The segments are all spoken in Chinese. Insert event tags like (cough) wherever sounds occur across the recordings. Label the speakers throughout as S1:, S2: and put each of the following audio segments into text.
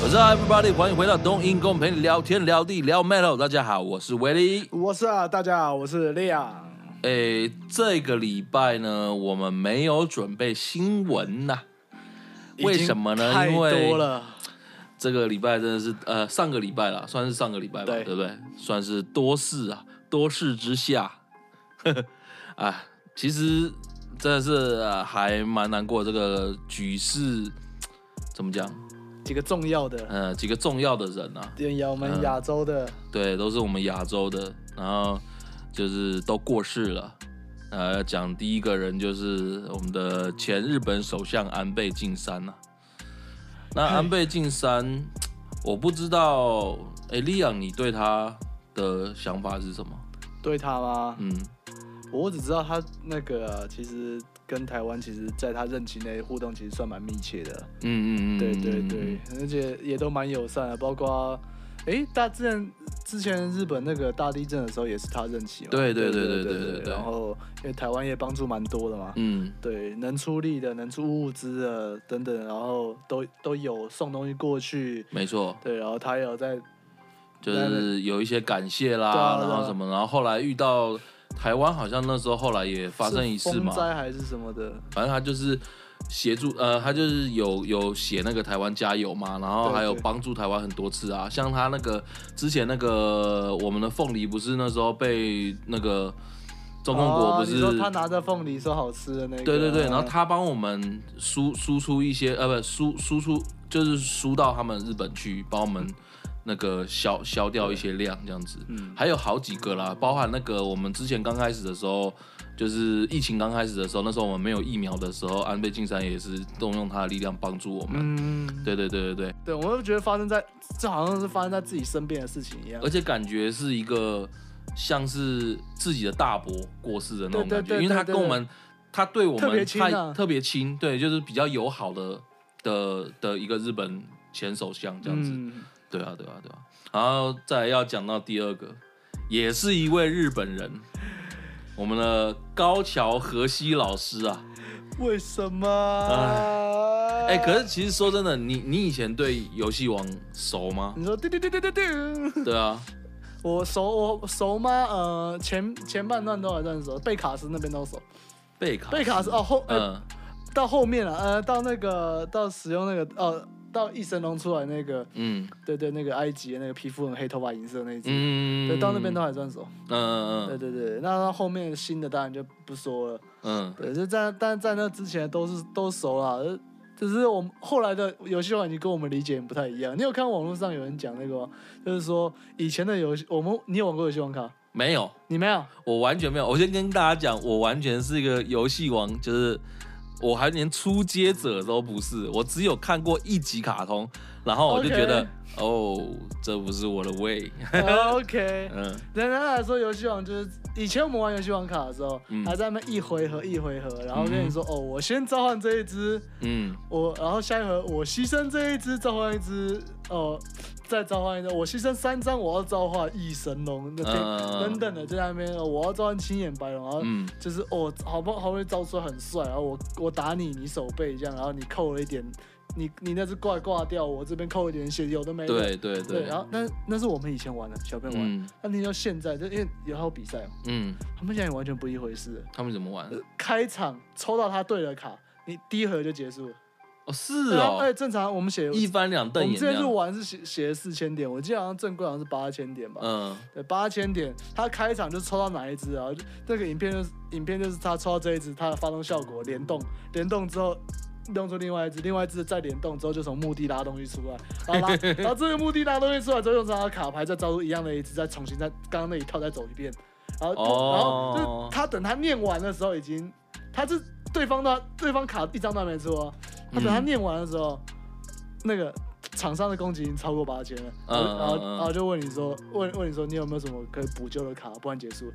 S1: Hello everybody，欢迎回到东英公陪你聊天聊地聊 metal。大家好，我是维利。
S2: 我是啊，大家好，我是利亚。
S1: 诶，这个礼拜呢，我们没有准备新闻呐、为什么呢？
S2: 太
S1: 因为
S2: 多了，
S1: 这个礼拜真的是呃，上个礼拜啦，算是上个礼拜吧，对
S2: 对
S1: 不对？算是多事啊，多事之下， (laughs) 啊，其实真的是、呃还蛮难过。这个局势怎么讲？
S2: 几个重要的，
S1: 呃，几个重要的人啊，
S2: 有我们亚洲的，
S1: 对，都是我们亚洲的，然后就是都过世了。呃，讲第一个人就是我们的前日本首相安倍晋三呐、那安倍晋三，我不知道，哎，利昂，你对他的想法是什么？
S2: 对他吗？
S1: 嗯，
S2: 我只知道他那个其实跟台湾其实在他任期内互动其实算蛮密切的，
S1: 嗯嗯嗯，
S2: 对对
S1: 嗯，
S2: 对，而且也都蛮友善的，包括。诶，大之前之前日本那个大地震的时候也是他任期嘛？
S1: 对对对
S2: 对
S1: 对对
S2: 对
S1: 对对
S2: 然后因为台湾也帮助蛮多的嘛，
S1: 嗯
S2: 对，能出力的、能出物资的等等，然后都都有送东西过去，
S1: 没错，
S2: 对，然后他也有在，
S1: 就是有一些感谢啦，
S2: 对啊对啊
S1: 然后什么，然后后来遇到台湾，好像那时候后来也发生一
S2: 是
S1: 次嘛，
S2: 风灾还是什么的，
S1: 反正他就是协助，呃，他就是有有写那个台湾加油嘛，然后
S2: 对
S1: 还有
S2: 对
S1: 帮助台湾很多次啊，像他那个之前那个我们的凤梨不是那时候被那个中共国
S2: 哦
S1: 不
S2: 你
S1: 是、
S2: 说他拿着凤梨说好吃的那个，
S1: 对对对，然后
S2: 嗯
S1: 他帮我们输输出一些呃不输输出就是输到他们日本去，帮我们那个消消掉一些量这样子。
S2: 嗯
S1: 还有好几个啦，包含那个我们之前刚开始的时候，就是疫情刚开始的时候，那时候我们没有疫苗的时候，安倍晋三也是动用他的力量帮助我们。
S2: 嗯，
S1: 对对对对对，
S2: 对，我就觉得发生在这好像是发生在自己身边的事情一样
S1: 而，且感觉是一个像是自己的大伯过世的那种
S2: 对对
S1: 感觉，
S2: 对
S1: 因为他
S2: 对对
S1: 跟我们，他对我
S2: 特别
S1: 们
S2: 亲啊
S1: 太特别亲，对，就是比较友好的的的一个日本前首相这样子，
S2: 嗯
S1: 对啊，对啊，对啊。然后再来要讲到第二个，也是一位日本人，我们的高桥和希老师
S2: (laughs)
S1: 啊，
S2: 为什么？
S1: 哎、可是其实说真的，你你以前对游戏王熟吗？
S2: 你说对对对对对对，
S1: 对啊，
S2: 我熟我熟吗？呃，前前半段都还算熟，贝卡斯那边都熟，
S1: 贝卡
S2: 贝卡斯哦后呃
S1: 嗯，
S2: 到后面了，呃，到那个到使用那个哦，到异神龙出来那个，
S1: 嗯
S2: 对对，那个埃及的那个皮肤很黑、头发银色那一只，
S1: 嗯，
S2: 对，到那边都还算熟。
S1: 嗯
S2: 对
S1: 嗯
S2: 对对，那到后面新的当然就不说了。
S1: 嗯，
S2: 对，就在但在那之前都是都熟了，呃只是我们后来的游戏玩已经跟我们理解不太一样。你有看网络上有人讲那个吗？就是说以前的游戏，我们你有玩过游戏王卡？
S1: 没有，
S2: 你没有？
S1: 我完全没有。我先跟大家讲，我完全是一个游戏王，就是我还连初阶者都不是，我只有看过一集卡通，然后我就觉得
S2: OK
S1: 哦，这不是我的胃。
S2: 呃 OK，
S1: 嗯，
S2: 简单来说，游戏王就是以前我们玩游戏王卡的时候，
S1: 嗯
S2: 还在那边一回合一回合，然后跟你说、哦，我先召唤这一只，
S1: 嗯，
S2: 我然后下一回合我牺牲这一只，召唤一只，哦、再召唤一只，我牺牲三张，我要召唤异神龙，那天、
S1: 嗯
S2: 等等的，就在那边、哦我要召唤青眼白龙，然后
S1: 嗯
S2: 就是、哦，好不好不容易招出来很帅，然后我我打你，你手背这样，然后你扣了一点，你你那只怪挂掉，我这边扣一点血，有的没的。
S1: 对对
S2: 对，
S1: 对
S2: 然，后那那是我们以前玩的，小朋友玩。
S1: 嗯
S2: 那你说现在，就因为有还有比赛嘛，
S1: 嗯，
S2: 他们现在也完全不一回事了。
S1: 他们怎么玩？
S2: 开场抽到他对的卡，你第一盒就结束了。
S1: 哦，是
S2: 对啊而
S1: 哦
S2: 且，正常我们写，
S1: 一翻两
S2: 我
S1: 瞪
S2: 们
S1: 眼
S2: 之
S1: 这
S2: 前是
S1: 样。
S2: 玩是写写四千点，我记得好像正规好像是八千点吧。
S1: 嗯，
S2: 对，八千点，他开场就抽到哪一只啊？就那个影片就是影片就是他抽到这一只，它的发动效果联动，联动之后弄出另外一只，另外一只再联动之后就从墓地拉东西出来，然后拉，
S1: (laughs)
S2: 然后这个墓地拉东西出来之后用这张卡牌再招出一样的一只，再重新再刚刚那一套再走一遍，然后、
S1: 哦
S2: 然后就是他等他念完的时候已经，他是对方的对方卡一张都还没出啊，他等他
S1: 嗯
S2: 念完的时候，那个厂商的攻击已经超过八千了，然后
S1: 嗯
S2: 然后
S1: 嗯嗯
S2: 然后就问你说，问问你说你有没有什么可以补救的卡，不然结束。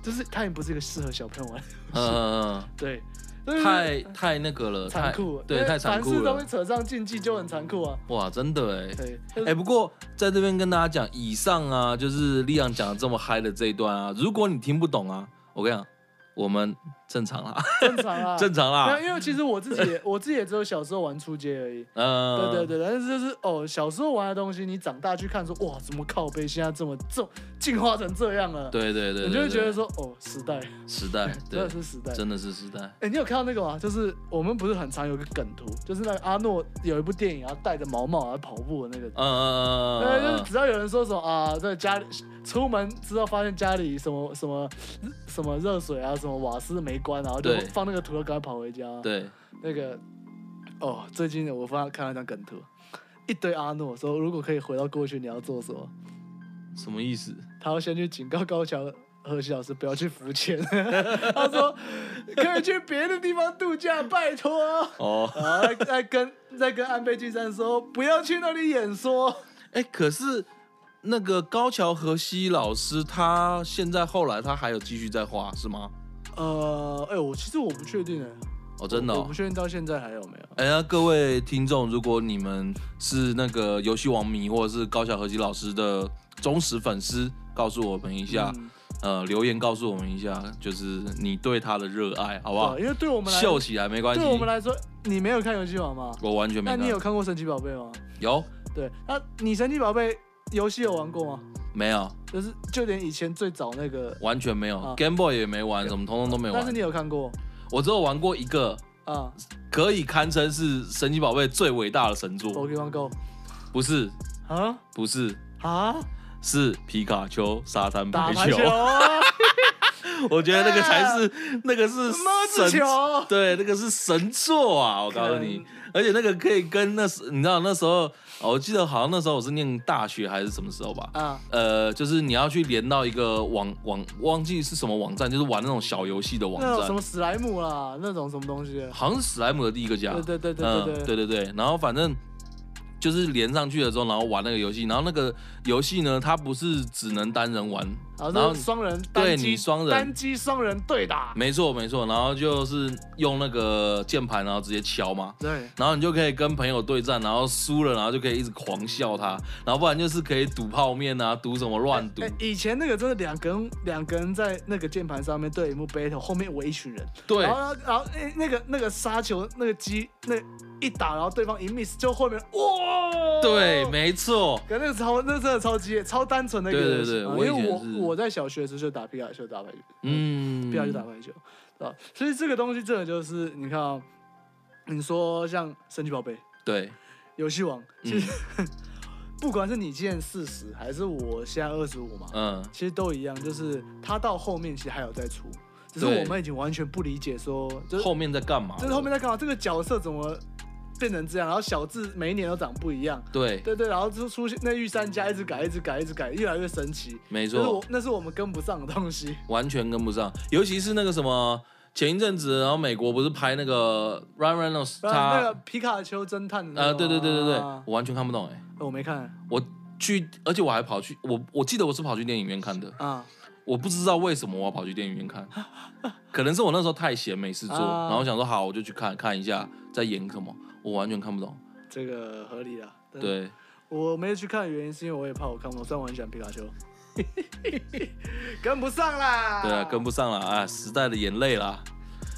S2: 就是它也不是一个适合小朋友玩， (laughs)
S1: 嗯嗯
S2: 对，
S1: 嗯，太太那个了，
S2: 残
S1: 太
S2: 酷了，
S1: 对，
S2: 因为
S1: 太残酷
S2: 凡事都
S1: 了
S2: 会。扯上竞技就很残酷啊，
S1: 哇，真的哎， (laughs)
S2: 对，
S1: 哎、不过在这边跟大家讲，以上啊，就是利昂讲的这么嗨的这一段啊，如果你听不懂啊，我跟你讲，我们正常啦，
S2: 正常
S1: (laughs)
S2: 啊，
S1: 正常
S2: 没
S1: 啦
S2: 有，，因为其实我自己也我自己也只有小时候玩出街而已。
S1: 嗯、
S2: 对对对，但是就是哦，小时候玩的东西，你长大去看说，哇，怎么靠背现在这么这么进化成这样了？
S1: 对对对对，
S2: 你就会觉得
S1: 对
S2: 说，哦，时代，
S1: 时代，
S2: 真
S1: 对
S2: 的，是时代。
S1: 真的是时代，
S2: 哎、你有看到那个吗？就是我们不是很常有个梗图，就是那个阿诺有一部电影，然后戴着毛帽然后跑步的那个。
S1: 嗯嗯嗯
S2: 对，就
S1: 嗯
S2: 是
S1: 嗯
S2: 只要有人说什么啊，在家里出门之后发现家里什么什么什么热水啊，什么瓦斯没关，然后就
S1: 对
S2: 放那个图，然后赶快跑回家。
S1: 嗯，对，
S2: 那个哦，最近我发看到一张梗图，一堆阿诺说，如果可以回到过去，你要做什么？
S1: 什么意思？
S2: 他要先去警告高桥和西老师不要去浮潜。 (laughs) 他说可以去别的地方度假，拜托。啊
S1: 哦，
S2: 然后再再呃跟再跟安倍晋三说，不要去那里演说。
S1: 哎，可是那个高桥和希老师，他现在后来他还有继续在画是吗？
S2: 呃，哎、我其实我不确定哎、
S1: 哦，真的、
S2: 我
S1: 哦
S2: 不。确定到现在还有没有。
S1: 哎呀，那各位听众，如果你们是那个游戏王迷或者是高桥和希老师的忠实粉丝，告诉我们一下，
S2: 嗯
S1: 呃，留言告诉我们一下，就是你对他的热爱，好不好
S2: 对？因为对我们来，
S1: 秀起来没关系
S2: 对，我们来说，你没有看游戏王吗？
S1: 我完全没
S2: 那
S1: 看。
S2: 你有看过神奇宝贝吗？
S1: 有
S2: 对，那你神奇宝贝游戏有玩过吗？
S1: 没有？
S2: 就是就连以前最早那个，
S1: 完全没有、
S2: 啊
S1: g a m e Boy 也没玩，什么通通都没
S2: 但是
S1: 玩
S2: 你。有看过
S1: 我只有玩过一个，
S2: 啊
S1: 可以堪称是神奇宝贝最伟大的神作。
S2: ？Pokemon Go
S1: 不是，
S2: 啊
S1: 不是，
S2: 啊，
S1: 是皮卡丘沙滩
S2: 打
S1: 排
S2: 排球啊，
S1: 我觉得那个才是，那个是
S2: 摸子
S1: 神
S2: 球，
S1: 对，那个是神作啊！我告诉你，而且那个可以跟那时，你知道那时候，哦我记得好像那时候我是念大学还是什么时候吧。
S2: 啊
S1: 呃，就是你要去连到一个网网，忘记是什么网站，就是玩那种小游戏的网
S2: 那种什
S1: 站，
S2: 么史莱姆啦，那种什么东西的，
S1: 好像是史莱姆的第一个家。
S2: 对对对对
S1: 嗯，
S2: 对对，
S1: 对对对，然后反正就是连上去了之后，然后玩那个游戏，然后那个游戏呢，它不是只能单人玩，
S2: 然
S1: 然
S2: 后
S1: 后
S2: 哦是双人
S1: 对
S2: 单机
S1: 你双人
S2: 单机双人对打，
S1: 没错没错，然后就是用那个键盘，然后直接敲嘛。
S2: 对，
S1: 然后你就可以跟朋友对战，然后输了，然后就可以一直狂笑他，然后不然就是可以赌泡面啊，赌什么乱赌
S2: 哎，，以前那个真的两个人两个人在那个键盘上面对荧幕 battle，后面围一群人，
S1: 对
S2: 然后然后诶、那个那个杀球那个机那一打，然后对方一 miss 就后面哇，
S1: 对，没错，
S2: 可那个超，那真的超级超单纯的一个
S1: 对对
S2: 游戏
S1: 对
S2: 啊
S1: 我以
S2: 因为
S1: 前
S2: 我
S1: 是
S2: 我在小学的时候就打皮卡丘打排球，
S1: 嗯，
S2: 皮卡丘打排球，啊，所以这个东西真的就是你看啊、你说像神奇宝贝、
S1: 对，
S2: 游戏
S1: 嗯
S2: 王，其实、不管是你现在四十还是我现在二十五嘛，
S1: 嗯，
S2: 其实都一样，就是它到后面其实还有在出，只是
S1: 对
S2: 我们已经完全不理解说，就是
S1: 后面在干嘛？
S2: 就是后面在干嘛，这个角色怎么变成这样，然后小智每一年都长不一样。
S1: 对，
S2: 对对，然后就出现那御三家一直改，一直改，一直改，越来越神奇。
S1: 没
S2: 就是
S1: 错
S2: 我，那是我们跟不上的东西。
S1: 完全跟不上，尤其是那个什么，前一阵子，然后美国不是拍那个 Ryan Reynolds，
S2: 然后那个
S1: 他
S2: 皮卡丘侦探的那
S1: 呃，
S2: 个
S1: 对对对对对
S2: 啊，
S1: 我完全看不懂哎、
S2: 我没看
S1: 我去，而且我还跑去，我我记得我是跑去电影院看的，
S2: 啊，
S1: 我不知道为什么我要跑去电影院
S2: (laughs)
S1: 看，可能是我那时候太闲没事做，
S2: 啊
S1: 然后想说好，我就去看看一下在演什么，我完全看不懂。
S2: 这个合理啦。但，
S1: 对，
S2: 我没有去看的原因是因为我也怕我看不懂，虽然我很喜欢皮卡丘， (laughs) 跟不上啦。
S1: 对啊，跟不上了啊，时代的眼泪啦。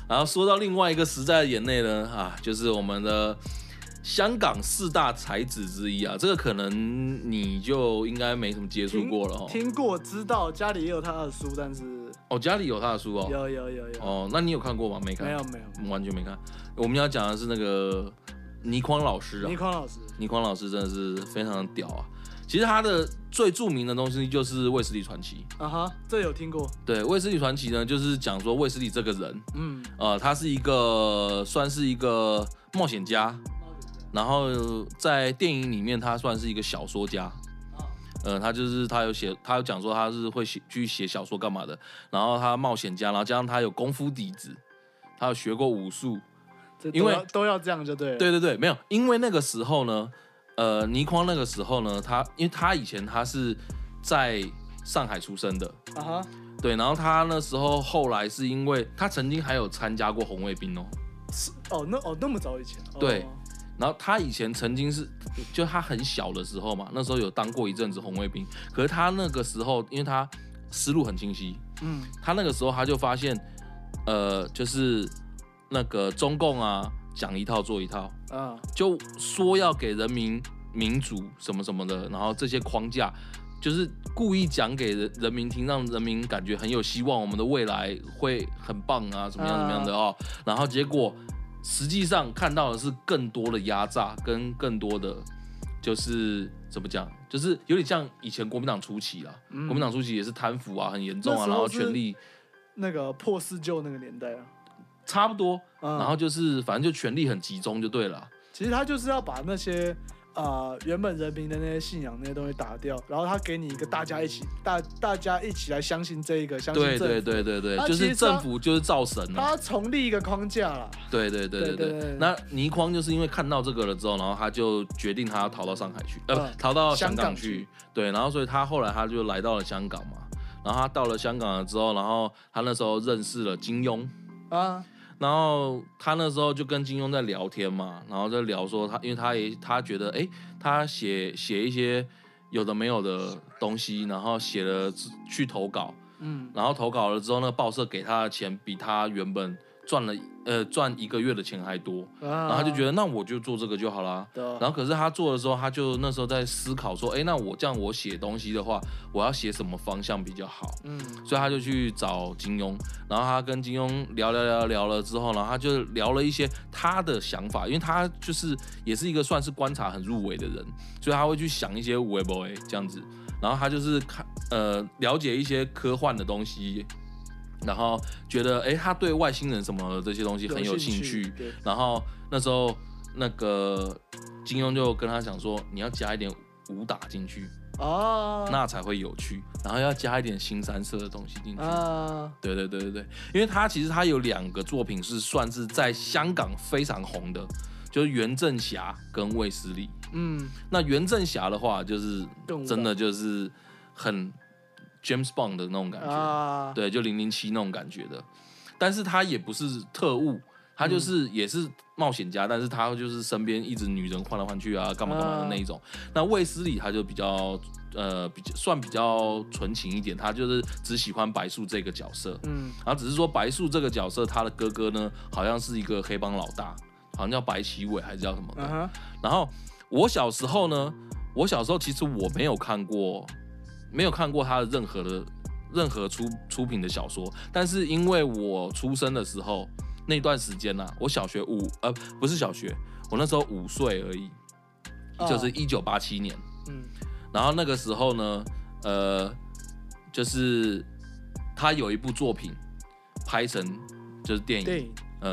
S1: 然后说到另外一个时代的眼泪呢，啊，就是我们的香港四大才子之一啊，这个可能你就应该没什么接触
S2: 听
S1: 过了哦。
S2: 听过知道，家里也有他的书，但是
S1: 哦，家里有他的书哦。
S2: 有有有有，
S1: 哦，那你有看过吗？没看，
S2: 没有没有。
S1: 完全没看。我们要讲的是那个倪匡老师啊
S2: 倪，匡老师
S1: 倪匡老师真的是非常的屌啊。其实他的最著名的东西就是卫斯理传奇。
S2: 啊哈，这有听过，
S1: 对，卫斯理传奇呢，就是讲说卫斯理这个人，
S2: 嗯，
S1: 呃，他是一个算是一个冒险家，然后在电影里面他算是一个小说家。呃，他就是他有写，他有讲说他是会写去写小说干嘛的，然后他冒险家，然后加上他有功夫底子，他有学过武术，
S2: 这都
S1: 因为
S2: 要都要这样就对了。
S1: 对对对，没有，因为那个时候呢，呃，倪匡那个时候呢，他因为他以前他是在上海出生的，
S2: 啊哈，
S1: 对，然后他那时候后来是因为他曾经还有参加过红卫兵哦，
S2: 是哦，那哦那么早以前，哦
S1: 对然后他以前曾经是，就他很小的时候嘛，那时候有当过一阵子红卫兵，可是他那个时候，因为他思路很清晰，
S2: 嗯
S1: 他那个时候他就发现呃，就是那个中共啊，讲一套做一套，
S2: 啊，
S1: 就说要给人民民主什么什么的，然后这些框架就是故意讲给人人民听，让人民感觉很有希望，我们的未来会很棒啊，怎么样怎么样
S2: 嗯
S1: 的哦。然后结果实际上看到的是更多的压榨，跟更多的呃就是怎么讲，就是有点像以前国民党初期啦，啊
S2: 嗯
S1: 国民党初期也是贪腐啊，很严重啊，
S2: 那时
S1: 然
S2: 候
S1: 后
S2: 是
S1: 权力
S2: 那个破四旧那个年代啊，
S1: 差不多，
S2: 嗯
S1: 然后就是反正就权力很集中就对了啊。
S2: 其实他就是要把那些呃原本人民的那些信仰那些东西打掉，然后他给你一个大家一起大大家一起来相信这一个，相信
S1: 对
S2: 政
S1: 对
S2: 府
S1: 对对对，
S2: 他
S1: 就
S2: 其
S1: 是
S2: 实他
S1: 政府就是造神啊。
S2: 他重立一个框架啦。
S1: 对对对对
S2: 对
S1: 对
S2: 对对
S1: 那倪匡就是因为看到这个了之后，然后他就决定他要逃到上海去，呃
S2: 嗯，
S1: 逃到
S2: 香
S1: 香港
S2: 港去
S1: 去。对，然后所以他后来他就来到了香港嘛，然后他到了香港了之后，然后他那时候认识了金庸，
S2: 啊，
S1: 然后他那时候就跟金庸在聊天嘛，然后在聊说他，因为他也他觉得，哎，他写写一些有的没有的东西，然后写了去投稿，
S2: 嗯，
S1: 然后投稿了之后，那个报社给他的钱比他原本赚了呃赚一个月的钱还多，
S2: 然
S1: 然后他就觉得那我就做这个就好啦。
S2: 得
S1: 然后可是他做的时候，他就那时候在思考说，哎，那我这样我写东西的话，我要写什么方向比较好？
S2: 嗯
S1: 所以他就去找金庸，然后他跟金庸聊聊聊聊了之后，然后他就聊了一些他的想法，因为他就是也是一个算是观察很入围的人，所以他会去想一些无为 boy 这样子，然后他就是看呃了解一些科幻的东西，然后觉得诶，他对外星人什么的这些东西很有兴趣，
S2: 对，
S1: 然后那时候那个金庸就跟他讲说，你要加一点武打进去，
S2: 啊，
S1: 那才会有趣，然后要加一点新三色的东西进去。
S2: 啊，
S1: 对对对对对，因为他其实他有两个作品是算是在香港非常红的，就是袁振霞跟卫斯理。
S2: 嗯，
S1: 那袁振霞的话，就是
S2: 更无
S1: 真的就是很 James Bond 的那种感觉，
S2: 啊，
S1: 对，就零零七那种感觉的。但是他也不是特务，他就是也是冒险家，但是他就是身边一直女人换来换去啊，干嘛干嘛的那一种。那卫斯理他就比较呃比较算比较纯情一点，他就是只喜欢白素这个角色。
S2: 嗯，
S1: 然后只是说白素这个角色，他的哥哥呢好像是一个黑帮老大，好像叫白起伟还是叫什么的。
S2: 嗯哼，
S1: 然后我小时候呢，我小时候其实我没有看过，没有看过他的任何的任何出出品的小说，但是因为我出生的时候那段时间呐、我小学五呃不是小学，我那时候五岁而已，
S2: 啊
S1: 就是一九八七年。
S2: 嗯，
S1: 然后那个时候呢，呃，就是他有一部作品拍成就是电影，
S2: 电影
S1: 嗯、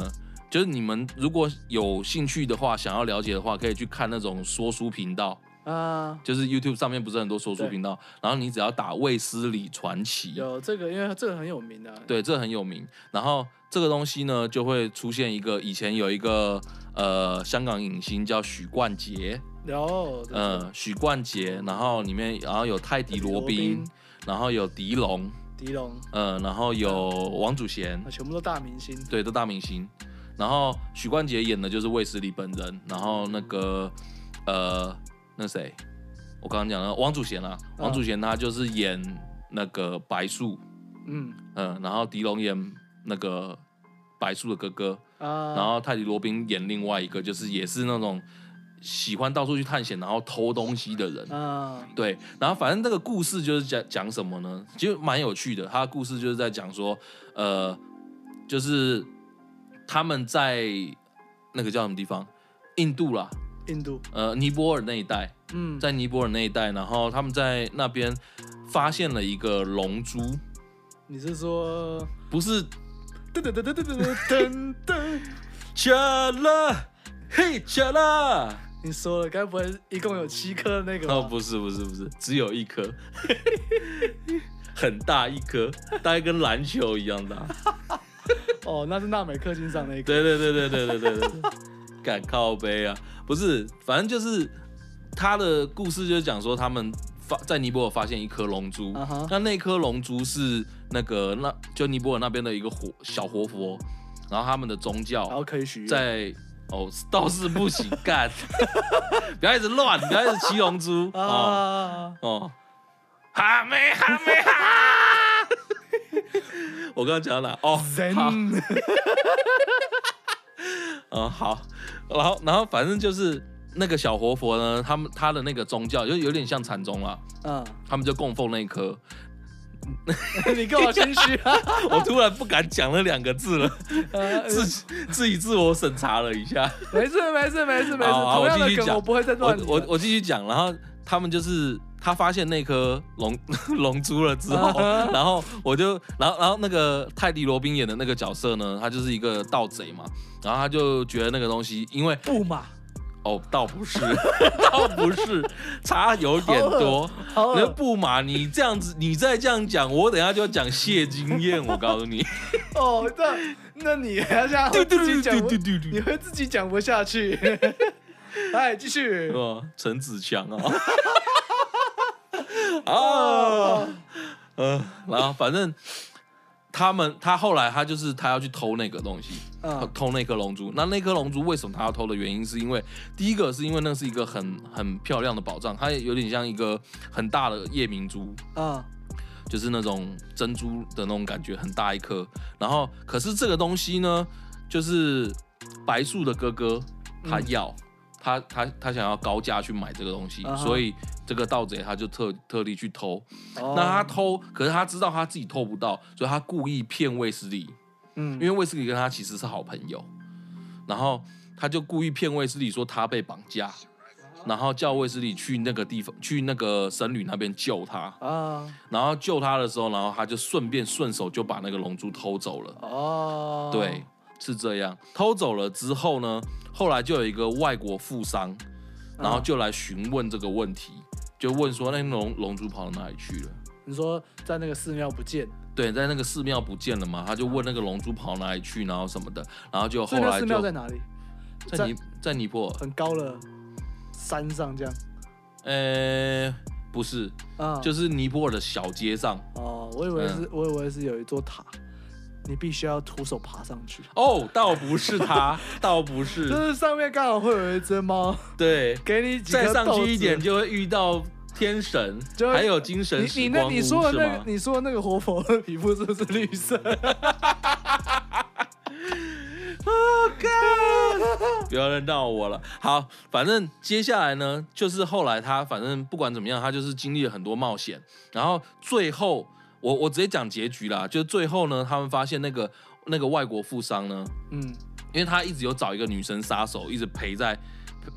S1: 就是你们如果有兴趣的话，想要了解的话，可以去看那种说书频道，
S2: 啊，
S1: 就是 YouTube 上面不是很多说书
S2: 对
S1: 频道，然后你只要打卫斯理传奇，
S2: 有这个，因为这个很有名的，，
S1: 对，这很有名。然后这个东西呢，就会出现一个以前有一个呃香港影星叫许冠杰，
S2: 有，这个
S1: 呃，许冠杰，然后里面然后有泰迪罗宾，然后有狄龙，
S2: 狄龙，
S1: 呃，然后有王祖贤
S2: 啊，全部都大明星，
S1: 对，都大明星。然后许冠杰演的就是卫斯理本人，然后那个呃，那谁，我刚刚讲了王祖贤啊，王祖贤他就是演那个白素，
S2: 嗯
S1: 嗯、然后狄龙演那个白素的哥哥，
S2: 啊，
S1: 然后泰迪罗宾演另外一个，就是也是那种喜欢到处去探险，然后偷东西的人。
S2: 啊，
S1: 对，然后反正这个故事就是讲讲什么呢？其实蛮有趣的。他的故事就是在讲说，呃，就是他们在那个叫什么地方，印度啦，
S2: 印度，
S1: 呃，尼泊尔那一带，
S2: 嗯，
S1: 在尼泊尔那一带，然后他们在那边发现了一个龙珠，
S2: 你是说，
S1: 不是
S2: 噔噔噔噔噔噔噔噔。
S1: 加拉嘿加拉，
S2: 你说了，该不会一共有七颗那个吧？
S1: 哦，不是不是不是，只有一颗， (laughs) 很大一颗，大概跟篮球一样大。
S2: 哦，那是纳美克星上那一个。
S1: 对对对对对对对 (laughs) 对对，敢靠背啊？不是，反正就是他的故事就是讲说他们发在尼泊尔发现一颗龙珠
S2: 啊哈
S1: 那那颗龙珠是那个那就尼泊尔那边的一个活小活佛，然后他们的宗
S2: 然
S1: 教
S2: 后可以许愿。
S1: 在。哦，倒是不行，干！ (laughs) 不要一直乱，不要一直骑龙
S2: (laughs)
S1: 珠哦
S2: 啊，
S1: 哦，哈没哈没哈！ (laughs) 我刚刚讲到哪？哦，好，
S2: 人
S1: 嗯，好，然后然后反正就是那个小活佛呢，他们他的那个宗教就有点像禅宗啦，
S2: 嗯，
S1: 他们就供奉那一
S2: (laughs)
S1: 颗。
S2: 你干嘛谦虚啊？
S1: 我突然不敢讲那两个字
S2: (laughs)
S1: 了，
S2: 呃
S1: 自己自己自我审查了一
S2: (laughs)
S1: 下。
S2: 没事没事没事没事，
S1: 好好
S2: 同样
S1: 我继
S2: 的
S1: 续
S2: 梗
S1: 讲
S2: 我不会再
S1: 我
S2: 乱
S1: 我我继续讲，然后他们就是他发现那颗龙 (laughs) 龙珠了之
S2: (laughs)
S1: 后
S2: 啊哈，
S1: 然后我就，然后然后那个泰迪罗宾演的那个角色呢，他就是一个盗贼嘛，然后他就觉得那个东西，因为
S2: 不嘛，
S1: 哦，倒不是， (laughs) 倒不是，差有点多。
S2: 好
S1: 那
S2: 恶
S1: 布马，你这样子，你再这样讲，我等一下就要讲谢金
S2: (laughs)
S1: 燕，我告诉你，
S2: 哦，那那你还要这样
S1: 对对
S2: 自己
S1: 对
S2: 讲
S1: 对
S2: 不，
S1: 对对对 (laughs)
S2: 你会自己讲不下去。哎，继续
S1: 是。吧？哦陈子
S2: (laughs)
S1: 强啊，
S2: 哦
S1: 啊，嗯，然后反正他们，他后来他就是他要去偷那个东西，他
S2: 嗯
S1: 偷那颗龙珠。那那颗龙珠为什么他要偷的原因，是因为第一个是因为那是一个很很漂亮的宝藏，它也有点像一个很大的夜明珠，
S2: 嗯
S1: 就是那种珍珠的那种感觉，很大一颗。然后可是这个东西呢，就是白素的哥哥他要。他他他想要高价去买这个东西
S2: 嗯啊哈
S1: 所以这个盗贼他就特特地去偷。
S2: 哦
S1: 那他偷，可是他知道他自己偷不到，所以他故意骗卫斯理，因
S2: 嗯
S1: 为卫斯理跟他其实是好朋友，然后他就故意骗卫斯理说他被绑
S2: 啊
S1: 架，然后叫卫斯理去那个地方，去那个僧侣那边救他。
S2: 啊
S1: 然后救他的时候，然后他就顺便顺手就把那个龙珠偷走了。
S2: 哦，
S1: 对，是这样。偷走了之后呢，后来就有一个外国富商，
S2: 嗯
S1: 然后就来询问这个问题，就问说哎那龙龙珠跑到哪里去了？
S2: 你说在那个寺庙不见，
S1: 对，在那个寺庙不见了嘛，他就问那个龙珠跑哪里去，然后什么的，然后就
S2: 所
S1: 后
S2: 以那
S1: 来
S2: 寺
S1: 就
S2: 庙在哪里？
S1: 在尼在尼泊尔，
S2: 很高了，山上这样。
S1: 呃，不是，
S2: 啊，
S1: 就是嗯尼泊尔的小街上。
S2: 哦，我以为是，我以为是有一座塔，你必须要徒手爬上去。
S1: 哦，倒不是
S2: (laughs)
S1: 他，倒不，
S2: 就是是上面刚好会有一只猫，
S1: 对，
S2: 给你几
S1: (laughs)
S2: 颗
S1: 再上
S2: 豆
S1: 去一
S2: 子
S1: 点就会遇到天神，
S2: 就会
S1: 还有精神
S2: 你你
S1: 时
S2: 那
S1: 光屋
S2: 你说的
S1: 是
S2: 那
S1: 吗
S2: 个？你说的那个活佛的皮肤是不是绿
S1: (laughs)
S2: 色？
S1: 不要再闹我了。好，反正接下来呢，就是后来他反正不管怎么样，他就是经历了很多冒险，然后最后我我直接讲结局啦，就是最后呢，他们发现那个那个外国富商呢，
S2: (laughs) 嗯，
S1: 因为他一直有找一个女生杀手，一直陪在。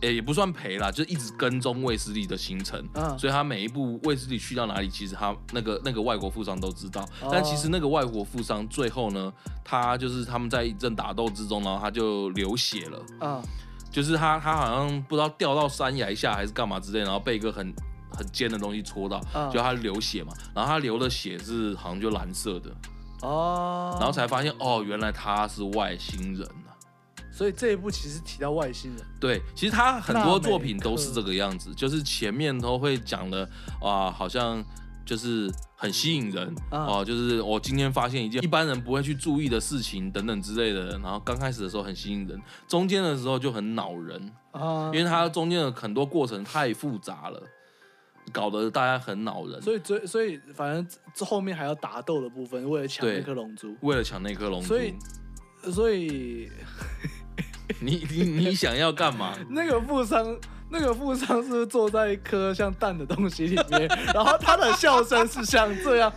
S1: 呃，也不算陪啦，就是一直跟踪卫斯理的行程，
S2: 嗯
S1: 所以他每一步卫斯理去到哪里，其实他那个那个外国富商都知道。
S2: 哦
S1: 但其实那个外国富商最后呢，他就是他们在一阵打斗之中，然后他就流血了，
S2: 啊，
S1: 就是他他好像不知道掉到山崖下还是干嘛之类，然后被一个很很尖的东西戳到，
S2: 嗯
S1: 就他流血嘛，然后他流的血是好像就蓝色的，
S2: 哦，
S1: 然后，才发现哦，原来他是外星人啊。
S2: 所以这一部其实提到外星人，
S1: 对，其实他很多作品都是
S2: 纳美克
S1: 这个样子，就是前面都会讲的啊，好像就是很吸引人
S2: 啊
S1: 哦、就是我今天发现一件一般人不会去注意的事情等等之类的，然后刚开始的时候很吸引人，中间的时候就很恼人，
S2: 啊
S1: 因，为它中间的很多过程太复杂了，搞得大家很恼人。
S2: 所以最所以反正这后面还有打斗的部分，为了抢
S1: 对
S2: 那颗龙珠，
S1: 为了抢那颗龙珠，
S2: 所以所以
S1: 你你你想要干
S2: (laughs)
S1: 嘛？
S2: 那个富商。那个富商是不是坐在一颗像蛋的东西里面，然后他的笑声是像这样，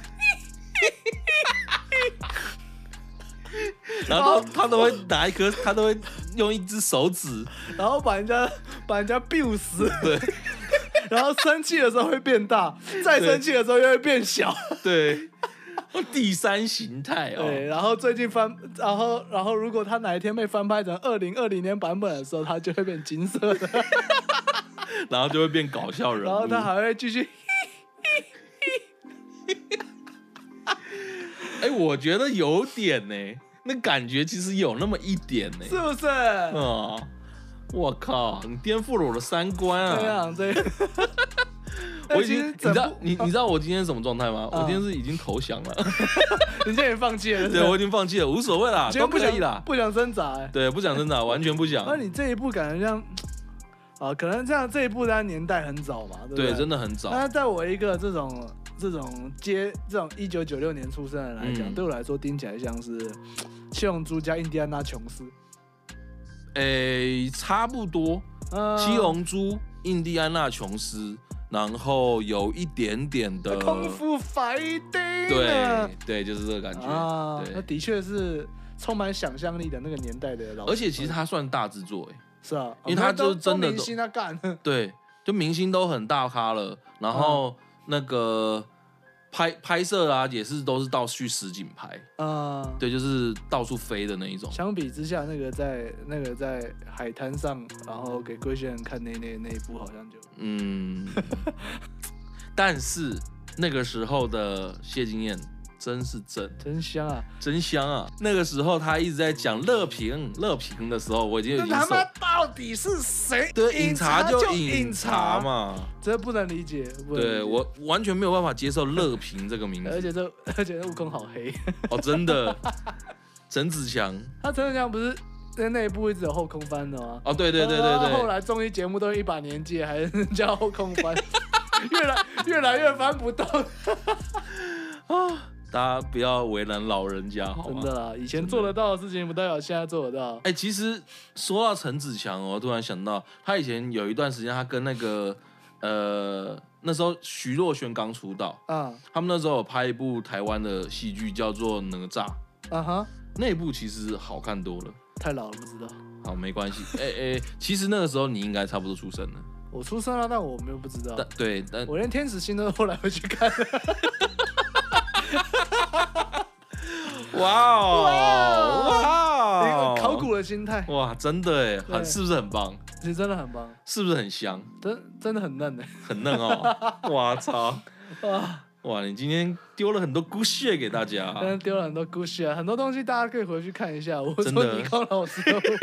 S1: 然后他他都会拿一颗，他都会用一只手指，
S2: 然后把人家把人家 biu 死，
S1: 对
S2: 然后生气的时候会变大，再生气的时候又会变小。
S1: 对，哦第三形态哦，
S2: 对，然后最近翻，然后然后如果他哪一天被翻拍成二零二零年版本的时候，他就会变金色的，
S1: 然后就会变搞笑人
S2: 然后
S1: 物。
S2: 他还会继续。
S1: 哎，我觉得有点呢，那感觉其实有那么一点呢。
S2: 是不是？
S1: 啊，我靠，你颠覆了我的三观
S2: 这
S1: 啊！
S2: 样这样，
S1: (laughs) 我
S2: 但
S1: 已
S2: 其
S1: 经，
S2: 实
S1: 你知
S2: 整
S1: 道
S2: 部，啊
S1: 你你知道我今天是什么状态吗？
S2: 嗯
S1: 我今天是已经投降了。
S2: (laughs) 人家也放弃了，
S1: 对，我已经放弃了，无所谓啦，
S2: (laughs) 今
S1: 都
S2: 天不
S1: 可
S2: 想
S1: 以啦。
S2: 不想挣扎、欸。
S1: 对，不啊讲真
S2: (laughs)
S1: 的，完全不讲
S2: 那。你这一部感觉像，啊，可能这样这一部它年代很早嘛，对不啊
S1: 对，真
S2: 的。
S1: 的很早。
S2: 那在我一个这种这种接这种一九九六年出生的人来讲，
S1: 嗯
S2: 对我来说听起来像是《七龙珠》加《印第安纳琼斯》。
S1: 诶、哎差不多，
S2: 呃，
S1: 七龙珠、印第安纳琼斯，然后有一点点的
S2: 功夫 fighting 啊
S1: 对对，就是这个感觉。
S2: 啊，
S1: 对，
S2: 那的确是充满想象力的那个年代的老，
S1: 而且其实它算大制作、欸诶，
S2: 是啊，
S1: 因为他
S2: 哦那都
S1: 就是真的
S2: 都明星他 (laughs) 干，
S1: 对，就明星都很大咖了，然
S2: 嗯
S1: 后那个拍拍摄啊，也是都是到去实景拍，
S2: 啊，
S1: 对，就是到处飞的那一种。
S2: 相比之下，那个在那个在海滩上，然后给龟仙人看那那那一部，好像就 (laughs)
S1: 嗯，但是那个时候的谢金燕真是正。
S2: 真香啊！
S1: 真香啊！那个时候他一直在讲乐平，乐平的时候，我已经有
S2: 那
S1: 经受
S2: 他妈到底是谁？
S1: 对
S2: 饮
S1: 茶
S2: 就
S1: 饮
S2: 茶，
S1: 嘛，
S2: 这不能理解。不能理解
S1: 对我完全没有办法接受乐平这个名
S2: 而
S1: 字
S2: 且这 (laughs) 而且这悟空好黑，
S1: 哦，真的。 (laughs) 陈子强
S2: (laughs) 他陈志强不是在那一部一直有后空翻的吗？
S1: 哦，对对对对
S2: 啊后
S1: 对，
S2: 来综艺节目都一把年纪了还是叫后空 (laughs) 翻，越来越来越翻不动。
S1: 大家不要为难老人家好
S2: 真
S1: 吗？
S2: 的啦，以前做得到的事情，不代表现在做得到。
S1: 哎、其实说到陈子强哦，我突然想到，他以前有一段时间，他跟那个呃，那时候徐若瑄刚出道，
S2: 啊
S1: 他们那时候有拍一部台湾的戏剧叫做《哪吒》，
S2: 啊哈，
S1: 那一部其实好看多了。
S2: 太老了不知道。
S1: 好，没关系。哎、哎、其实那个时候你应该差不多出生了，
S2: 我出生了，但我没有不知道，
S1: 但对，但
S2: 我连天使星都后来回去看。
S1: 哇
S2: 一
S1: 哦
S2: 个考古的心态，
S1: 哇，真的哎，
S2: 对
S1: 很是不是很棒？
S2: 其实真的很棒，
S1: 是不是很香？
S2: 真真的很嫩的。
S1: 很嫩哦！哇操！
S2: 啊，
S1: (laughs) 哇，你今天丢了很多 good shit 给大家、
S2: 但是丢了很多故事啊，很多东西大家可以回去看一下。我
S1: 真
S2: 说
S1: 的
S2: 尼康老师的部分，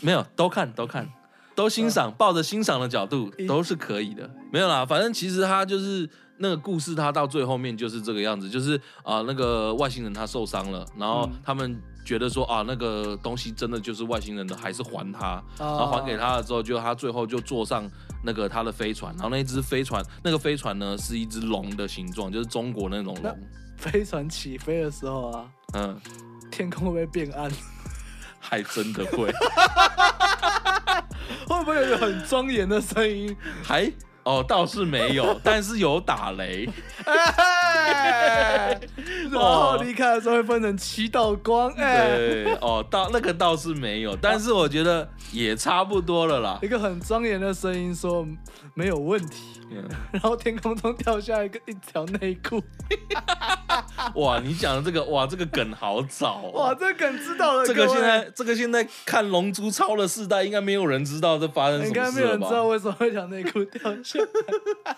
S1: 没有，都看都看，都欣
S2: 嗯
S1: 赏，抱着欣赏的角度
S2: 一
S1: 都是可以的。没有啦，反正其实他就是那个故事，他到最后面就是这个样子，就是啊、那个外星人他受伤了，然后
S2: 嗯
S1: 他们觉得说啊，那个东西真的就是外星人的，还是还他。然
S2: 啊
S1: 后还给。他了之后，就他最后就坐上那个他的飞船，然后那一只飞船，那个飞船呢是一只龙的形状，就是中国那种
S2: 那
S1: 龙，
S2: 飞船起飞的时候啊，
S1: 嗯，
S2: 天空会不会变
S1: (laughs)
S2: 暗？
S1: 还真的会，
S2: 会不会有一个很庄严的声音？
S1: 还哦倒是没
S2: (laughs)
S1: 有，但是有打雷，
S2: 哎，然后
S1: 哦
S2: 离开的时候会分成七道光，哎，
S1: 对，哦倒那个倒是没有，但是我觉得也差不多了
S2: (laughs)
S1: 啦
S2: 一，个很庄严的声音说没有问题，
S1: 嗯
S2: 然后天空中掉下一个一条内裤，
S1: 哇，你讲的这个哇这个梗好早、哦，
S2: 哇，这梗知道了，
S1: 这个
S2: 各位
S1: 现在这个现在看《龙珠超》的世代，应该没有人知道这发生什
S2: 应
S1: 么
S2: 该没
S1: 事
S2: 有
S1: 了
S2: 人
S1: 吧
S2: 知？道为什么会一条内裤掉下来，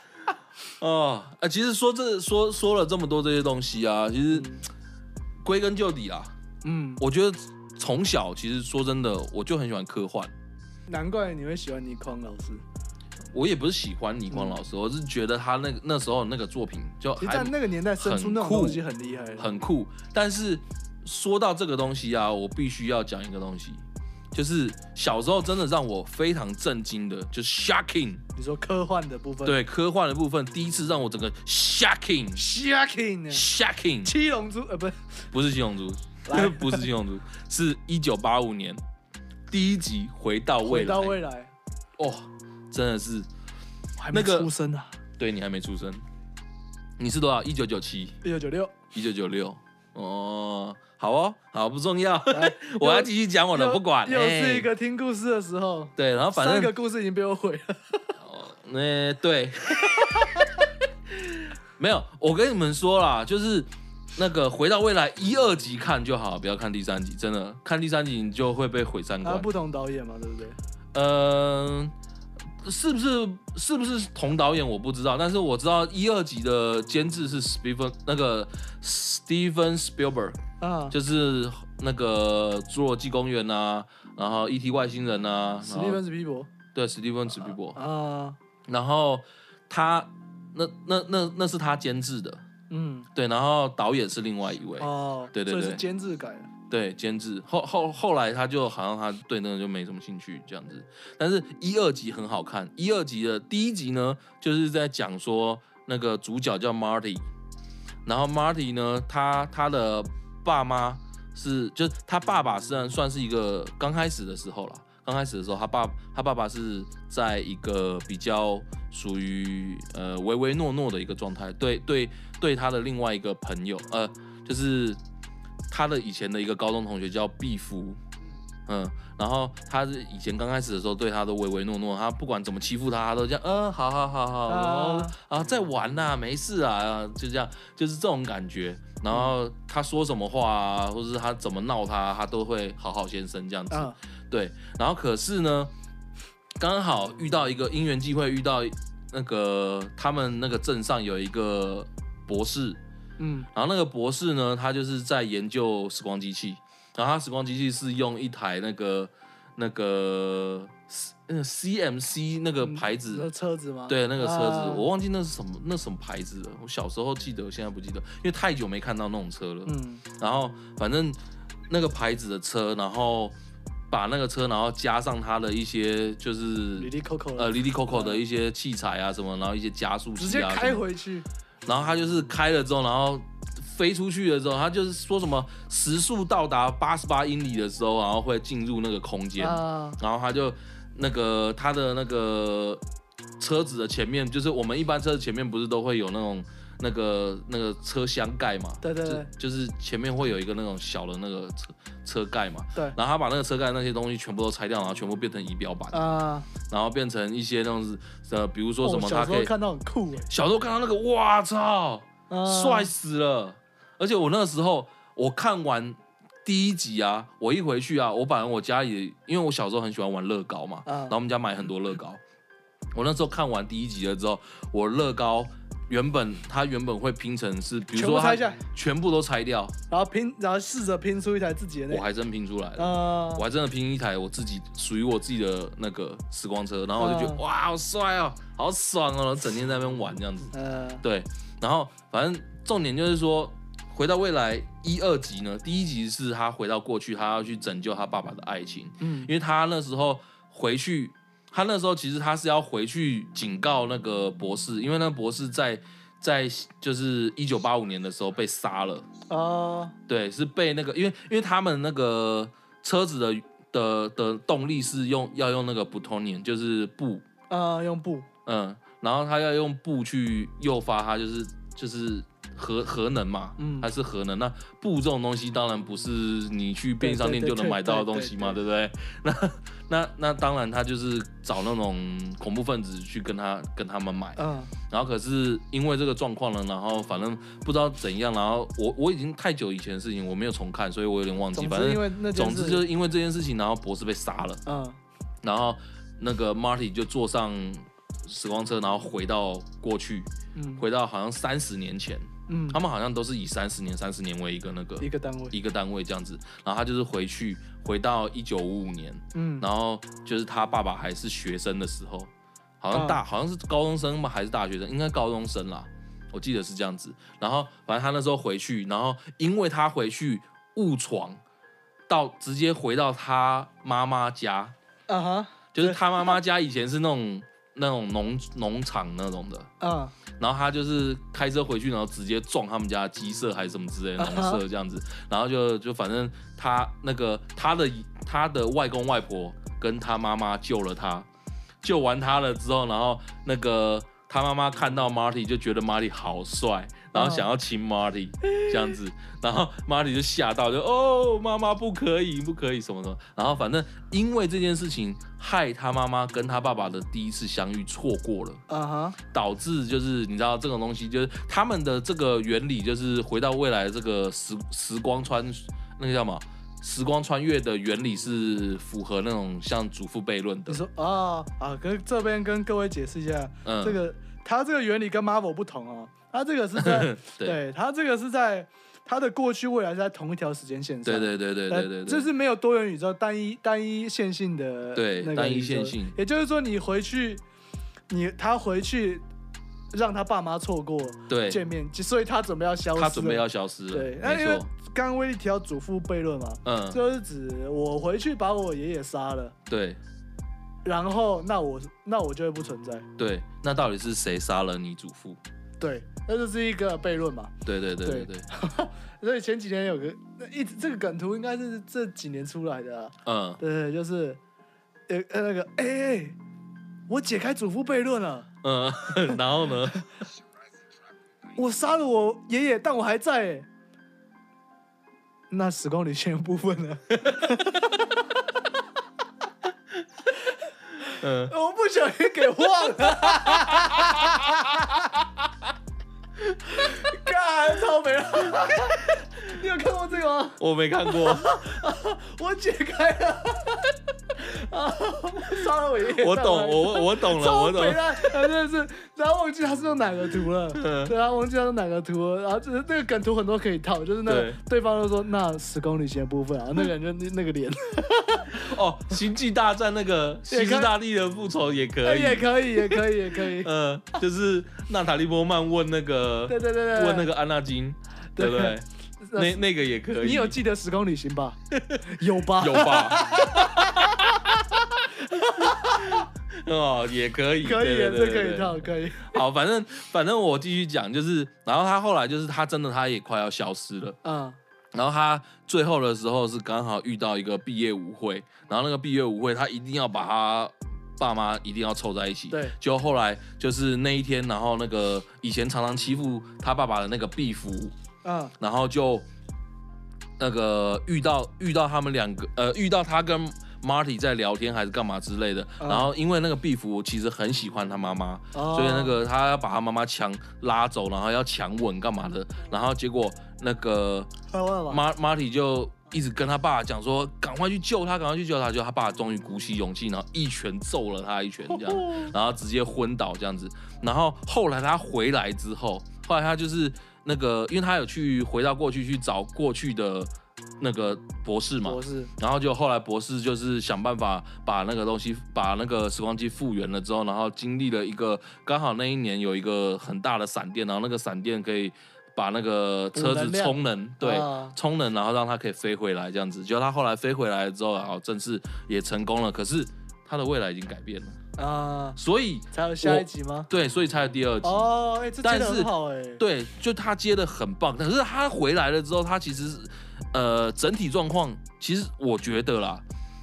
S1: 哦，啊、其实说这说说了这么多这些东西啊，其实归根究底啊，
S2: 嗯，
S1: 我觉得从小其实说真的，我就很喜欢科幻。
S2: 难怪你会喜欢倪匡老师，
S1: 我也不是喜欢倪匡老师，我是觉得他那个那时候那个作品就
S2: 其实
S1: 还
S2: 在那个年代生出那种
S1: 很酷
S2: 东西很厉害的，
S1: 很酷。但是说到这个东西啊，我必须要讲一个东西，就是小时候真的让我非常震惊的，就是 shocking，
S2: 你说科幻的部分，
S1: 对科幻的部分，第一次让我整个 shocking
S2: ，shocking，欸
S1: shocking，
S2: 七龙珠，呃，不是，
S1: 不是七龙珠，(laughs)
S2: 来
S1: 不是七龙珠，是一九八五年第一集《回到未
S2: 回
S1: 来
S2: 到》未来，
S1: 哦，真的是
S2: 我还没
S1: 那个
S2: 出生啊，
S1: 对你还没出生，你是多少？一九九七，
S2: 一九九六，
S1: 一九九六，哦，好哦，好不重要，
S2: 来
S1: (laughs) 我要继续讲我的，
S2: 又
S1: 不管，
S2: 又
S1: 哎
S2: 是一个听故事的时候，
S1: 对，然后反
S2: 三
S1: 正
S2: 个故事已经被我毁了。
S1: 呃，对， (laughs) 没有，我跟你们说啦，就是那个回到未来一二集看就好，不要看第三集，真的看第三集你就会被毁三
S2: 啊，
S1: 观。
S2: 不同导演嘛，对不对？
S1: 嗯、是不是是不是同导演我不知道，但是我知道一二集的监制是 Steven 那个 Steven Spielberg，
S2: 啊，
S1: 就是那个侏罗纪公园呐、然后 E.T. 外星人呐、
S2: 史
S1: 然
S2: 蒂
S1: 后
S2: 芬史皮博
S1: 对史蒂芬史皮博，
S2: 啊，
S1: 然后他那那那那是他监制的，
S2: 嗯，
S1: 对，然后导演是另外一位，
S2: 哦，
S1: 对对
S2: 所以
S1: 对
S2: 是监制改的，
S1: 对，监制后后后来他就好像他对那个就没什么兴趣这样子，但是一二集很好看，一二集的第一集呢，就是在讲说那个主角叫 Marty，然后 Marty 呢，他他的爸妈是就是他爸爸虽然算是一个刚开始的时候啦，刚开始的时候他爸他爸爸是在一个比较属于呃唯唯诺诺的一个状态，对对对他的另外一个朋友呃就是。他的以前的一个高中同学叫毕福，嗯，然后他是以前刚开始的时候对他都唯唯诺诺，他不管怎么欺负他，他都这样，呃，好好好好，然后
S2: 啊
S1: 啊在玩呐、没事啊啊，就这样，就是这种感觉。然后他说什么话啊，或者是他怎么闹他，他都会好好先生这样子。
S2: 嗯
S1: 对，然后可是呢，刚好遇到一个因缘际会，遇到那个他们那个镇上有一个博士，
S2: 嗯
S1: 然后那个博士呢，他就是在研究时光机器，然后他时光机器是用一台那个那个那个 CMC 那个牌子。
S2: 嗯那车子吗？
S1: 对，那个车子、
S2: 啊
S1: 我忘记那是什么，那什么牌子了。我小时候记得，我现在不记得，因为太久没看到那种车了。
S2: 嗯
S1: 然后反正那个牌子的车，然后把那个车，然后加上它的一些就是
S2: ，Lily Coco
S1: 呃
S2: 了
S1: Lily Coco 的一些器材啊什么，然后一些加速器啊
S2: 直接
S1: 什么
S2: 开回去，
S1: 然后他就是开了之后，然后飞出去了之后，他就是说什么时速到达八十八英里的时候，然后会进入那个空间，
S2: 啊，
S1: 然后他就那个他的那个车子的前面，就是我们一般车子前面不是都会有那种那个那个车厢盖嘛，
S2: 对对对
S1: 就，就是前面会有一个那种小的那个车车盖嘛，
S2: 对
S1: 然后他把那个车盖那些东西全部都拆掉，然后全部变成仪表板，
S2: 啊，
S1: 然后变成一些那种呃，比如说
S2: 我
S1: 什么
S2: 小
S1: 它
S2: 时
S1: 可
S2: 候
S1: 以。
S2: 看到很酷欸
S1: 小时候看到那个，哇操！
S2: 哎，
S1: 帅
S2: 死
S1: 死了！而且我那个时候，我看完第一集啊，我一回去啊，我把我家里，因为我小时候很喜欢玩乐高嘛，
S2: 嗯
S1: 然后我们家买很多乐高。我那时候看完第一集了之后，我乐高原本它原本会拼成是，比如
S2: 全部
S1: 说它
S2: 拆下来
S1: 全部都拆掉，
S2: 然后拼，然后试着拼出一台自己的那
S1: 我还真拼出来了。
S2: 啊
S1: 我还真的拼一台我自己属于我自己的那个时光车，然后我就觉得、
S2: 嗯
S1: 哇，好帅哦，好爽哦，然后整天在那边玩这样子。
S2: 呃
S1: 对，然后反正重点就是说，回到未来一二集呢，第一集是他回到过去，他要去拯救他爸爸的爱情，
S2: 嗯
S1: 因为他那时候回去，他那时候其实他是要回去警告那个博士，因为那个博士在在就是一九八五年的时候被杀了，
S2: 啊
S1: 对，是被那个因为因为他们那个车子的的的动力是用要用那个 plutonium，就是布，
S2: 啊用布
S1: 嗯，然后他要用布去诱发它，就是就是核核能嘛，
S2: 嗯
S1: 它是核能。那布这种东西当然不是你去便利商店
S2: 对
S1: 就
S2: 对
S1: 能买到的东西嘛，对
S2: 对
S1: 不对？那那那当然，他就是找那种恐怖分子去跟他跟他们买。
S2: 嗯
S1: 然后可是因为这个状况呢，然后反正不知道怎样，然后我我已经太久以前的事情，我没有重看，所以我有点忘记。
S2: 总
S1: 反
S2: 之因
S1: 正
S2: 为那件
S1: 总
S2: 事
S1: 之就是因为这件事情，然后博士被杀了。
S2: 嗯
S1: 然后那个 Marty 就坐上时光车，然后回到过去，
S2: 嗯
S1: 回到好像三十年前，
S2: 嗯
S1: 他们好像都是以三十年、三十年为一个那个
S2: 一个单位
S1: 一个单位这样子。然后他就是回去，回到一九五五年，
S2: 嗯
S1: 然后就是他爸爸还是学生的时候，好像大、好像是高中生吧，还是大学生，应该高中生啦，我记得是这样子。然后反正他那时候回去，然后因为他回去误闯。到直接回到他妈妈家，
S2: 啊哈
S1: 就是他妈妈家以前是那种那种农农场那种的，
S2: 啊
S1: 然后他就是开车回去，然后直接撞他们家的鸡舍还是什么之类的
S2: 啊
S1: 农
S2: 哈
S1: 舍这样子，然后就就反正他那个他的他的外公外婆跟他妈妈救了他，救完他了之后，然后那个他妈妈看到 Marty 就觉得 Marty 好帅，然后
S2: 嗯
S1: 想要亲 Marty 这样子，然后 Marty 就吓到，就哦妈妈不可以不可以什么什么，然后反正因为这件事情害他妈妈跟他爸爸的第一次相遇错过了。
S2: 啊哈
S1: 导致就是你知道这种东西，就是他们的这个原理就是回到未来这个时时光穿那个叫什么时光穿越的原理是符合那种像祖父悖论的
S2: 你。说啊啊跟这边跟各位解释一下
S1: 嗯， (laughs)
S2: 这个它这个原理跟 Marvel 不同哦，它这个是在
S1: 对
S2: 对它这个是在它的过去未来是在同一条时间线上
S1: 对对对对对对对，
S2: 就是没有多元宇宙，单一单一线性的
S1: 对
S2: 那个
S1: 单一
S2: 宇宙
S1: 线性
S2: 也就是说，你回去，你他回去让他爸妈错过
S1: 对
S2: 见面，所以他准备要消失了。
S1: 他准备要消失了，
S2: 啊对，那
S1: 没
S2: 因为
S1: 错，
S2: 刚刚威力提到祖父悖论嘛，
S1: 嗯，
S2: 就是指我回去把我爷爷杀了，
S1: 对
S2: 然后那我那我就会不存在。
S1: 对，那到底是谁杀了你祖父？
S2: 对，那就是一个悖论嘛。
S1: 对对对对
S2: 对
S1: 对，
S2: 所以前几年有个那一直这个梗图应该是这几年出来的、啊，
S1: 嗯，
S2: 对对，就是呃呃那个哎、哎我解开祖父悖论了，
S1: 嗯， (laughs) 然后呢？
S2: 我杀了我爷爷，但我还在、哎那时光旅线的部分呢？
S1: 嗯，
S2: 我不小心给忘了， (laughs) 干超没了！ (laughs) 你有看过这个吗？
S1: 我没看过，
S2: (laughs) 我解开了， (laughs) 啊，杀了我爷爷！
S1: 我
S2: 但还
S1: 懂，我我懂了，我
S2: 超
S1: 懂
S2: 肥。的，真的是，然后忘记他是用哪个图了，
S1: 嗯
S2: 对啊，忘记他是哪个图了，然后就是那个梗图很多可以套，就是那个
S1: 对
S2: 对方就说那时空旅行的部分啊，那个人就那那个脸，啊
S1: 哦，《星际大战》那个
S2: 也可
S1: 西
S2: 以
S1: 斯大帝的复仇也可以，
S2: 哎也可以，也可以，也可
S1: (laughs)
S2: 以，
S1: 呃，就是娜塔莉波曼问那个
S2: 对对对对，
S1: 问那个安娜金，对
S2: 对
S1: 不对？
S2: 那
S1: 那那个也可以，
S2: 你有记得时空旅行吧？有吧？
S1: 有吧？ (laughs) 哦，也可以，
S2: 可以，
S1: 对对
S2: 这
S1: 对
S2: 可
S1: 对
S2: 以
S1: 对
S2: 套，可以。
S1: 好，反正反正我继续讲，就是，然后他后来就是他真的他也快要消失了，
S2: 啊，
S1: 然后他最后的时候是刚好遇到一个毕业舞会，然后那个毕业舞会他一定要把他爸妈一定要凑在一起。
S2: 对
S1: 就后来就是那一天，然后那个以前常常欺负他爸爸的那个毕福，
S2: 啊，
S1: 然后就那个遇到遇到他们两个，呃，遇到他跟 Marty 在聊天还是干嘛之类的。
S2: 嗯
S1: 然后因为那个毕福其实很喜欢他妈妈，
S2: 所
S1: 所以那
S2: 哦
S1: 个他要把他妈妈强拉走，然后要强吻干嘛的，然后结果那个
S2: 快问吧，
S1: 马马体就一直跟他爸讲说，赶快去救他，赶快去救他。就他爸终于鼓起勇气，然后一拳揍了他一拳，这样，然后直接昏倒这样子。然后后来他回来之后，后来他就是那个，因为他有去回到过去去找过去的那个博士嘛
S2: 博，士，
S1: 然后就后来博士就是想办法把那个东西，把那个时光机复原了之后，然后经历了一个刚好那一年有一个很大的闪电，然后那个闪电可以把那个车
S2: 补能
S1: 子
S2: 量
S1: 充能，对，
S2: 啊
S1: 充能，然后让它可以飞回来这样子。结果他后来飞回来之后，然后正式也成功了，可是他的未来已经改变了，
S2: 啊，
S1: 所以
S2: 才有下一集吗？
S1: 对，所以才有第二集。
S2: 哦，哎，这真
S1: 但
S2: 的
S1: 是
S2: 很好哎，
S1: 对，就他接的很棒，可是他回来了之后，他其实是，呃，整体状况，其实我觉得啦，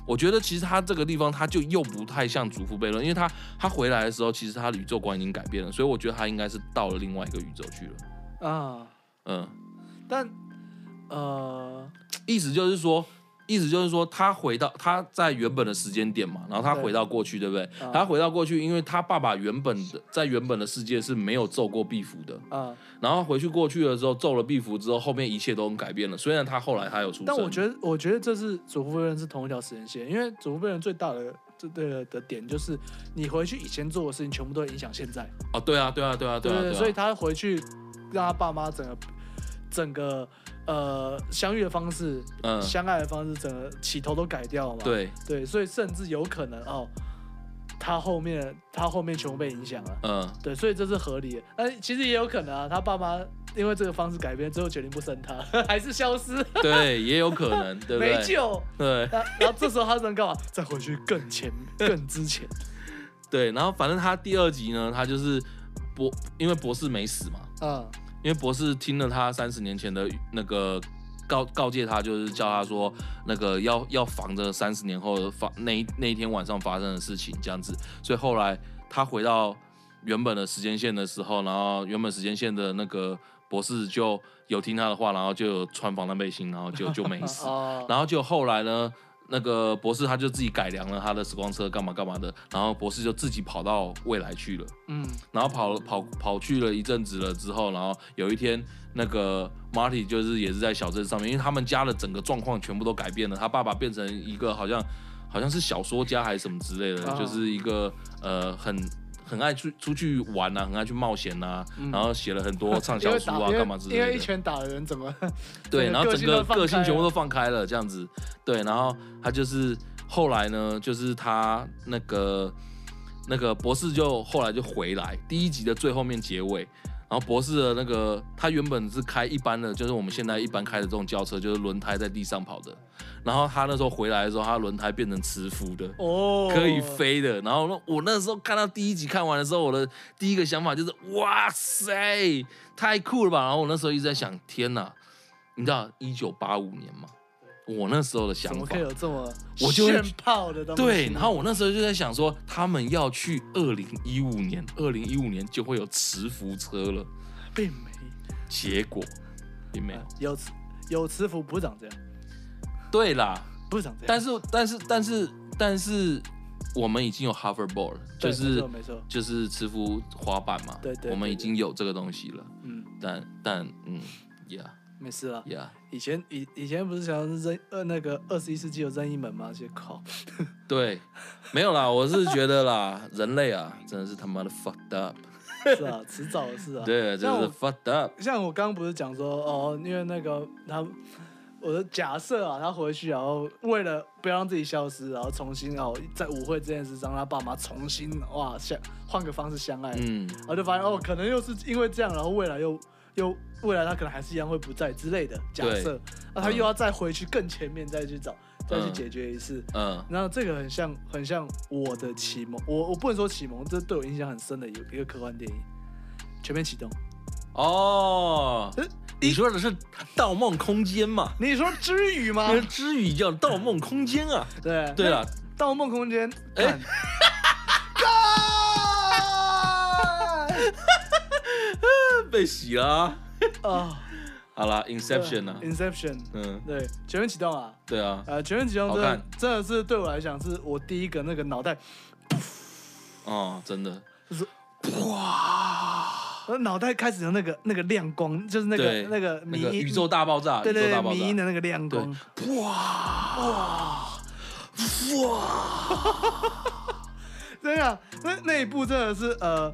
S1: 我觉得其实他这个地方他就又不太像祖父悖论，因为他他回来的时候，其实他的宇宙观已经改变了，所以我觉得他应该是到了另外一个宇宙去了。
S2: 啊，
S1: 嗯，
S2: 但呃，
S1: 意思就是说，意思就是说，他回到他在原本的时间点嘛，然后他
S2: 对
S1: 回到过去，对不对？
S2: 啊
S1: 他回到过去，因为他爸爸原本的在原本的世界是没有揍过毕福的，
S2: 啊，
S1: 然后回去过去了之后，揍了毕福之后，后面一切都改变了。虽然他后来他有出生，
S2: 但我觉得，我觉得这是祖父悖论是同一条时间线，因为祖父悖论最大的这的的点就是，你回去以前做的事情全部都会影响现在，
S1: 哦，对啊，对啊，对啊，对啊，对啊，
S2: 所以他回去让他爸妈整个整个呃相遇的方式、
S1: 嗯，
S2: 相爱的方式，整个起头都改掉了嘛，
S1: 对，
S2: 对，所以甚至有可能哦，他后面他后面全部被影响了。
S1: 嗯，
S2: 对，所以这是合理的。但其实也有可能啊，他爸妈因为这个方式改变，最后决定不生他， (laughs) 还是消失，
S1: 对，也有可
S2: (laughs)
S1: 能，对不
S2: 没
S1: 对？
S2: 救。
S1: 对
S2: 那然后这时候他只能干嘛？再回去更前、更之前。
S1: 对，然后反正他第二集呢，他就是博，因为博士没死嘛，
S2: 嗯，
S1: 因为博士听了他三十年前的那个告告诫他，就是叫他说那个要要防着三十年后的发那一那一天晚上发生的事情这样子，所以后来他回到原本的时间线的时候，然后原本时间线的那个博士就有听他的话，然后就有穿防弹背心，然后就就
S2: (laughs)
S1: 没
S2: 啊
S1: 死。
S2: 哦，
S1: 然后就后来呢，那个博士他就自己改良了他的时光车，干嘛干嘛的，然后博士就自己跑到未来去了。
S2: 嗯，
S1: 然后跑跑跑去了一阵子了之后，然后有一天那个 Marty 就是也是在小镇上面，因为他们家的整个状况全部都改变了，他爸爸变成一个好像好像是小说家还是什么之类的，
S2: 啊
S1: 就是一个呃很。很爱出出去玩啊，很爱去冒险啊，然后写了很多畅
S2: 因
S1: 销
S2: 为
S1: 书
S2: 打
S1: 啊，
S2: 嗯 (laughs) 因为
S1: 干嘛之类
S2: 因
S1: 的。
S2: 为一拳打的人
S1: (laughs)
S2: 怎么？
S1: 对，
S2: 整个
S1: 然后
S2: 个
S1: 整
S2: 性
S1: 个
S2: 都放
S1: 个性
S2: 开
S1: 全部都
S2: 了
S1: 放开了，这样子。对，然后他就是后来呢，就是他那个那个博士就后来就回来，第一集的最后面结尾，然后博士的那个，他原本是开一般的，就是我们现在一般开的这种轿车，就是轮胎在地上跑的。然后他那时候回来的时候，他轮胎变成磁浮的，
S2: 哦，
S1: 可以。飞的。然后我那时候看到第一集看完的时候，我的第一个想法就是哇塞，太酷了吧！然后我那时候一直在想，天哪，你知道一九八五年吗？我那时候的想
S2: 怎么
S1: 法
S2: 可以，有这么
S1: 我就会
S2: 炫炮的东西？
S1: 对。然后我那时候就在想说，他们要去二零一五年，二零一五年就会有磁浮车了。
S2: 并没哎
S1: 结果并没有。
S2: 有磁有磁浮不是长这样，
S1: 对啦，
S2: 不是长这样。
S1: 但是但是但是但是，我们已经有 hoverboard，就
S2: 对没
S1: 是
S2: 错没错，
S1: 就是磁浮滑板嘛，
S2: 对对
S1: 我们
S2: 对
S1: 已
S2: 对
S1: 经有这个东西了。
S2: 嗯，
S1: 但但嗯，yeah
S2: 没事啦。
S1: yeah，
S2: 以前以以前不是想要是任呃那个二十一世纪有任意门吗？这靠，
S1: 对，没有啦，我是觉得啦，人类啊，真的是他妈的 fucked up，
S2: (laughs) 是啊，迟早的事啊。
S1: 对，真的
S2: 那我
S1: 是 fucked up，
S2: 像我刚刚不是讲说哦，因为那个他，我的假设啊，他回去然后为了不要让自己消失，然后重新哦在舞会这件事让他爸妈重新哇相换个方式相爱，
S1: 嗯，
S2: 然后就发现哦，可能又是因为这样，然后未来又又未来他可能还是一样会不在之类的假设，那他又要再回去更前面再去找，再去
S1: 嗯
S2: 解决一次。
S1: 嗯
S2: 然后这个很像很像我的启蒙，我我不能说启蒙，这对我印象很深的有一个科幻电影《全面启动》。
S1: 哦
S2: 呃，
S1: 你说的是《盗梦空间》嘛？
S2: 你说知语吗
S1: (laughs) 那？个之语叫《盗梦空间》啊。
S2: 对
S1: 对
S2: 了，
S1: 了，
S2: 《盗梦空间》
S1: 哎
S2: 干哎
S1: (laughs)
S2: 干
S1: 被洗啦。
S2: 啊
S1: 好啦 i n c e p t i o n 啊，
S2: ，Inception，
S1: 嗯，
S2: 对，全面启动啊，
S1: 对啊，
S2: 呃，全面启动
S1: 好
S2: 真
S1: 看
S2: 的真的是对我来讲是我第一个那个脑袋
S1: 哦，真的，
S2: 就是
S1: 哇，
S2: 呃脑袋开始有那个那个亮光，就是那个
S1: 对
S2: 那个
S1: 那
S2: 迷
S1: 个
S2: 因
S1: 宇宙大爆炸，
S2: 对
S1: 宇
S2: 对
S1: 宙大
S2: 对
S1: 爆
S2: 迷
S1: 炸
S2: 因，的那个亮光，
S1: 对，哇哇哇，
S2: 对啊，那那一部真的是呃，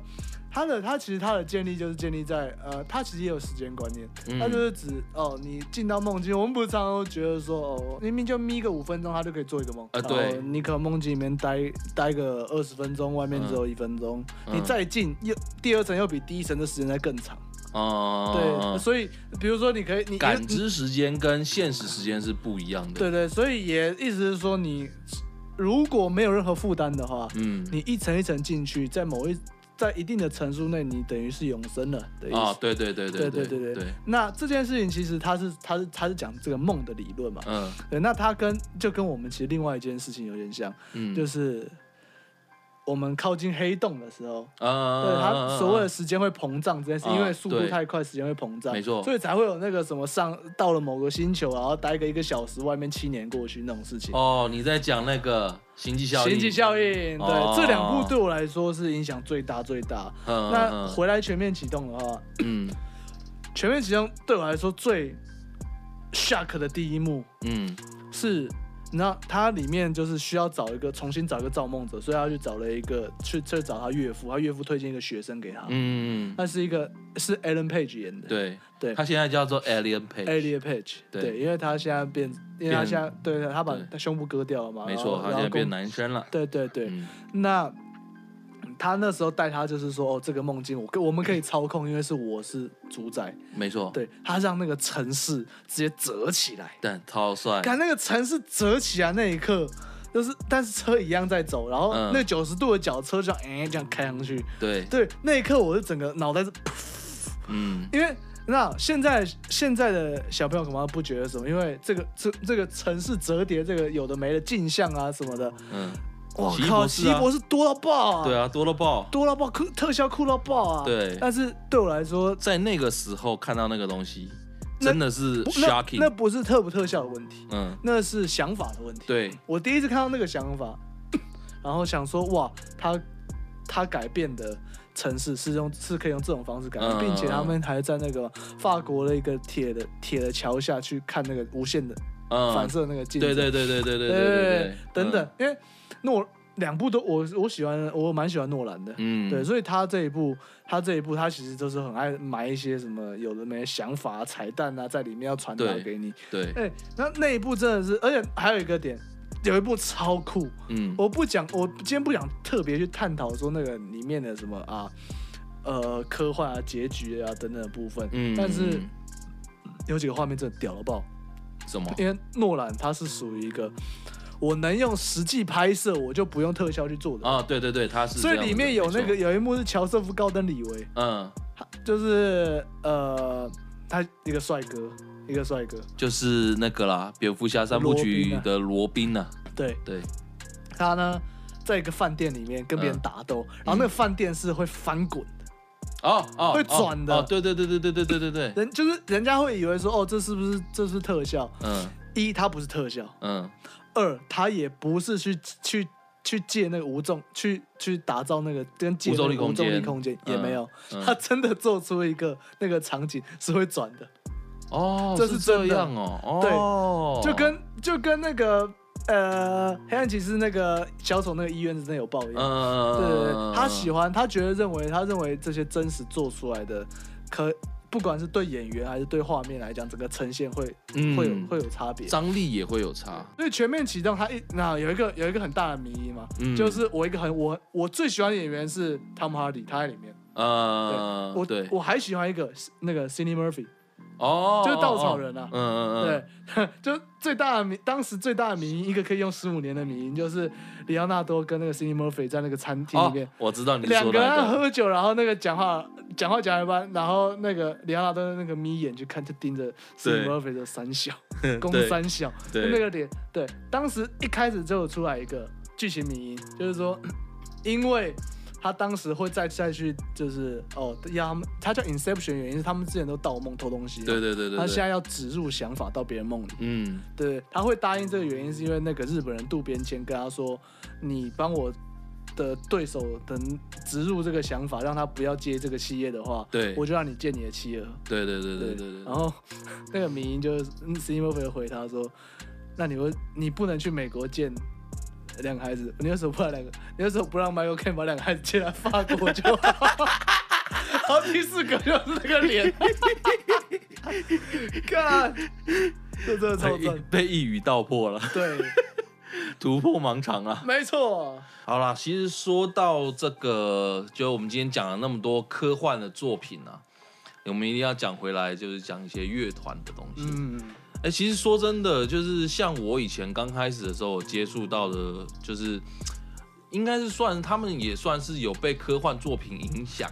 S2: 它的它其实它的建立就是建立在呃，它其实也有时间观念，
S1: 嗯
S2: 它就是指哦，你进到梦境，我们不是常常都觉得说哦，明明就眯个五分钟，它就可以做一个梦，
S1: 呃
S2: 然后
S1: 对
S2: 你可能梦境里面待待个二十分钟，外面只有一分钟，你
S1: 嗯
S2: 再进又第二层又比第一层的时间再更长，对，
S1: 哦，
S2: 所以比如说你可以你
S1: 感
S2: 你
S1: 知时间跟现实时间是不一样的，
S2: 对，对，所以也意思是说你如果没有任何负担的话，
S1: 嗯，
S2: 你一层一层进去，在某一在一定的层数内，你等于是永生了的意思。
S1: 啊，对对对
S2: 对
S1: 对
S2: 对对
S1: 对，
S2: 那这件事情其实它是它是它是讲这个梦的理论嘛？
S1: 嗯
S2: 对，那它跟就跟我们其实另外一件事情有点像，
S1: 嗯，
S2: 就是是我们靠近黑洞的时候。
S1: 啊，
S2: 对
S1: 啊
S2: 它所谓的，时间会膨胀这件事，
S1: 啊
S2: 因为速度
S1: 对
S2: 太快，时间会膨胀，
S1: 没错
S2: 所以才会有那个什么上到了某个星球，然后待个一个小时，外面七年过去那种事情。
S1: 哦，你在讲那个星际效应，
S2: 经济效应，对，
S1: 哦
S2: 这两部对我来说是影响最大最大。
S1: 嗯，
S2: 那
S1: 嗯
S2: 回来全面启动的话，
S1: 嗯
S2: 全面启动对我来说最 shock 的第一幕
S1: 嗯
S2: 是，你知道它里面就是需要找一个重新找一个造梦者，所以他去找了一个去去找他岳父，他岳父推荐一个学生给他，
S1: 嗯，
S2: 那是一个是 Alan Page 演的，
S1: 对
S2: 对
S1: 他现在叫做 Alien Page，
S2: Elliot Page，
S1: 对
S2: 对，因为他现在变，因为他
S1: 变
S2: 现在对他把
S1: 对
S2: 他胸部割掉了嘛，
S1: 没
S2: 然
S1: 错，
S2: 后
S1: 他
S2: 哦然
S1: 现
S2: 后
S1: 在变
S2: 公
S1: 男生了。
S2: 对对对，
S1: 嗯
S2: 那他那时候带他就是说，哦，这个梦境我跟我们可以操控，因为是我是主宰。
S1: 没错，
S2: 对他让那个城市直接折起来，
S1: 但超帅，
S2: 看那个城市折起来那一刻，就是但是车一样在走，然后
S1: 嗯
S2: 那九十度的角车就哎、这样开上去。
S1: 对，
S2: 对，那一刻我是整个脑袋是， (laughs)
S1: 嗯，
S2: 因为。那现在现在的小朋友可能不觉得什么，因为这个这这个城市折叠这个有的没的镜像啊什么的，
S1: 嗯，
S2: 我
S1: 奇异
S2: 靠，
S1: 博士
S2: 奇
S1: 啊
S2: 异博士多到爆啊！
S1: 对啊，多了爆。
S2: 多到爆，酷特效酷到爆啊！
S1: 对
S2: 但是对我来说，
S1: 在那个时候看到那个东西，
S2: 那
S1: 真的是
S2: 不那那
S1: shocking。
S2: 不是特不特效的问题，
S1: 嗯，
S2: 那是想法的问题。，
S1: 对，
S2: 我第一次看到那个想法， (coughs) 然后想说，哇，他他改变的城市是用是可以用这种方式改变，
S1: 嗯
S2: 并且他们还在那个法国的一个铁的铁的桥下去看那个无限的反
S1: 嗯，
S2: 射那个镜子，
S1: 对对对对对对对嗯
S2: 对
S1: 对，
S2: 等等，因为诺两部都我我喜欢，我蛮喜欢诺兰的，
S1: 嗯，嗯，
S2: 对，所以他这一部，他这一部，他其实就是很爱埋一些什么有的没的想法、啊、彩蛋啊，在里面要传达
S1: 对
S2: 给你。
S1: 对，
S2: 哎、那那一部真的是，而且还有一个点，有一部超酷。
S1: 嗯，
S2: 我不讲，我今天不想特别去探讨说那个里面的什么啊呃科幻啊、结局啊等等的部分。
S1: 嗯，
S2: 但是
S1: 嗯
S2: 有几个画面真的屌到爆，
S1: 什么？
S2: 因为诺兰他是属于一个我能用实际拍摄，我就不用特效去做的。
S1: 啊，对对对，他是这
S2: 所
S1: 样
S2: 以
S1: 子的。
S2: 里面有那个
S1: 没错，
S2: 有一幕是乔瑟夫·高登·李维，
S1: 嗯，
S2: 他就是呃，他一个帅哥，一个帅哥，
S1: 就是那个啦，蝙蝠侠三部曲的罗宾呐、
S2: 对
S1: 对，
S2: 他呢，在一个饭店里面跟别人
S1: 嗯
S2: 打斗，然后那个饭店是会翻滚的，
S1: 哦哦，
S2: 会
S1: 哦
S2: 转的
S1: 哦，对对对对对对对对对，
S2: 人就是人家会以为说，哦，这是不是这是特效？
S1: 嗯
S2: 一，它不是特效；
S1: 嗯
S2: 二，它也不是去去去借那个无重去去打造那个跟借
S1: 无
S2: 那
S1: 重力
S2: 个无
S1: 空
S2: 重力
S1: 间
S2: 空间也没有，
S1: 嗯
S2: 它真的做出一个那个场景是会转的，
S1: 哦，
S2: 这
S1: 是
S2: 是
S1: 这
S2: 真的
S1: 样哦，
S2: 对
S1: 哦，
S2: 就跟就跟那个呃黑暗骑士那个小丑那个医院是真的有报应。
S1: 嗯，
S2: 对对对，他喜
S1: 欢，
S2: 欢，他觉得认为，他认为这些真实做出来的，可不管是对演员还是对画面来讲，整个呈现会、
S1: 嗯
S2: 会有会有差别。
S1: 张力也会有差，
S2: 所以全面启动，他一那有一个有一个很大的迷因嘛，
S1: 嗯
S2: 就是我一个很我我最喜欢的演员是汤姆哈迪，他在里面。
S1: 呃，
S2: 我
S1: 对，
S2: 我还喜欢一个是那个 Cindy Murphy，
S1: 哦，
S2: 就是稻草
S1: 哦，
S2: 人啊
S1: 哦。嗯嗯嗯，
S2: 对， (laughs) 就最大的迷，当时最大的迷因，一个可以用十五年的迷因，就是里奥纳多跟那个 Cindy Murphy 在那个餐厅里面
S1: 哦，，我知道你
S2: 两
S1: 说
S2: 个啊
S1: 那
S2: 人
S1: 个，
S2: 喝酒，然后那个讲话讲话讲一半，然后那个里奥纳多那个眯眼去看，就盯着
S1: 对
S2: Steve Murphy 的三小
S1: (laughs) 对
S2: 攻三小，就
S1: 对
S2: (laughs) 那个脸。对，当时一开始就有出来一个剧情迷因，就是说， (clears throat) 因为他当时会再再去就是哦，要他们他叫 Inception，原因是他们之前都盗梦偷东西，
S1: 对对对对，
S2: 他
S1: 对
S2: 现在要植入想法到别人梦里。
S1: 嗯
S2: 对，他会答应这个原因是因为那个日本人渡边谦跟他说，你帮我的对手的植入这个想法，让他不要接这个企业的话，
S1: 对
S2: 我就让你见你的妻儿。
S1: 对对对对对
S2: 然
S1: 对，
S2: 后 (laughs) 那个民音就是 s t e v e n 回他说，那你会你不能去美国见。两个孩子，你为什么不让两个？你为什么不让 Michael Caine 把两个孩子接来法国就好？ (laughs) 然后第四个就是那个脸， (laughs) 看，这真的超
S1: 被
S2: 赞
S1: 一。被一语道破了，
S2: 对，
S1: 突破盲肠啊！
S2: 没错，
S1: 好啦，其实说到这个，就我们今天讲了那么多科幻的作品啊，我们一定要讲回来，就是讲一些乐团的东西。
S2: 嗯，
S1: 哎、其实说真的，就是像我以前刚开始的时候我接触到的，就是应该是算他们也算是有被科幻作品影响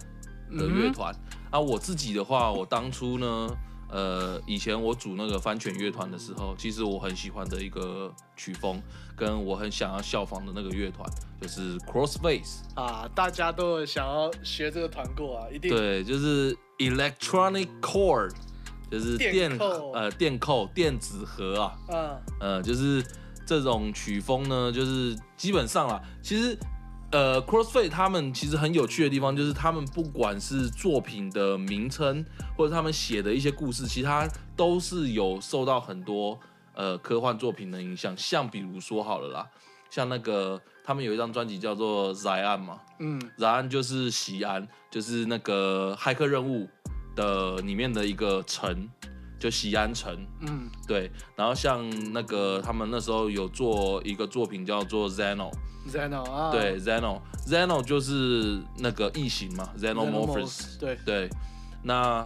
S1: 的
S2: 嗯
S1: 乐团。啊，我自己的话，我当初呢，呃，以前我组那个番犬乐团的时候，其实我很喜欢的一个曲风，跟我很想要效仿的那个乐团，就是 Crossface，
S2: 啊，大家都有想要学这个团购啊，一定
S1: 对，就是 Electronic Chord，就是
S2: 电
S1: 电
S2: 扣
S1: 呃电扣电子盒啊。
S2: 啊，
S1: 呃，就是这种曲风呢，就是基本上啦，其实。呃，CrossFit 他们其实很有趣的地方，就是他们不管是作品的名称，或者他们写的一些故事，其实它都是有受到很多呃科幻作品的影响。像比如说好了啦，像那个他们有一张专辑叫做《宅案》嘛，
S2: 嗯
S1: 然后就是西安，就是那个骇客任务的里面的一个城，就西安城。
S2: 嗯
S1: 对，然后像那个他们那时候有做一个作品叫做 Zeno，、
S2: ，Zeno 啊，
S1: 对 Zeno，Zeno 就是那个异形嘛
S2: Xenomorphs，
S1: ，Xenomorphs，
S2: 对，
S1: 对，那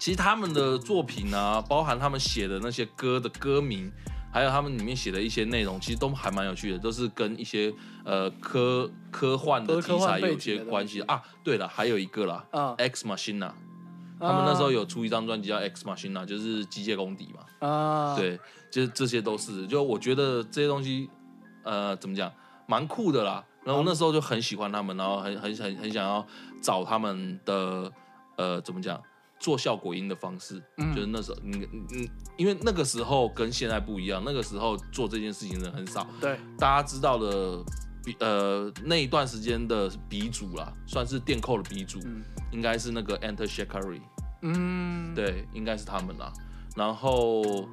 S1: 其实他们的作品啊，包含他们写的那些歌的歌名，还有他们里面写的一些内容，其实都还蛮有趣的，都是跟一些呃科科幻的
S2: 都是
S1: 题
S2: 科幻
S1: 材有
S2: 背
S1: 一
S2: 景
S1: 些
S2: 的东
S1: 关系
S2: 西
S1: 啊。对了，还有一个啦、
S2: 啊
S1: x Machina，他们那
S2: 嗯
S1: 时候有出一张专辑叫 X Machina，就是机械公敌嘛。
S2: 啊，，
S1: 对，就是这些都是，就我觉得这些东西，呃，怎么讲，蛮酷的啦。然
S2: 啊
S1: 后我那时候就很喜欢他们，然后很很很很想要找他们的，呃，怎么讲，做效果音的方式，
S2: 嗯
S1: 就是那时候，嗯嗯，因为那个时候跟现在不一样，那个时候做这件事情的人很少，
S2: 对，
S1: 大家知道的鼻，呃，那一段时间的鼻祖啦，算是电扣的鼻祖，
S2: 嗯
S1: 应该是那个 Enter Shakari，
S2: 嗯，，
S1: 对，应该是他们啦。然后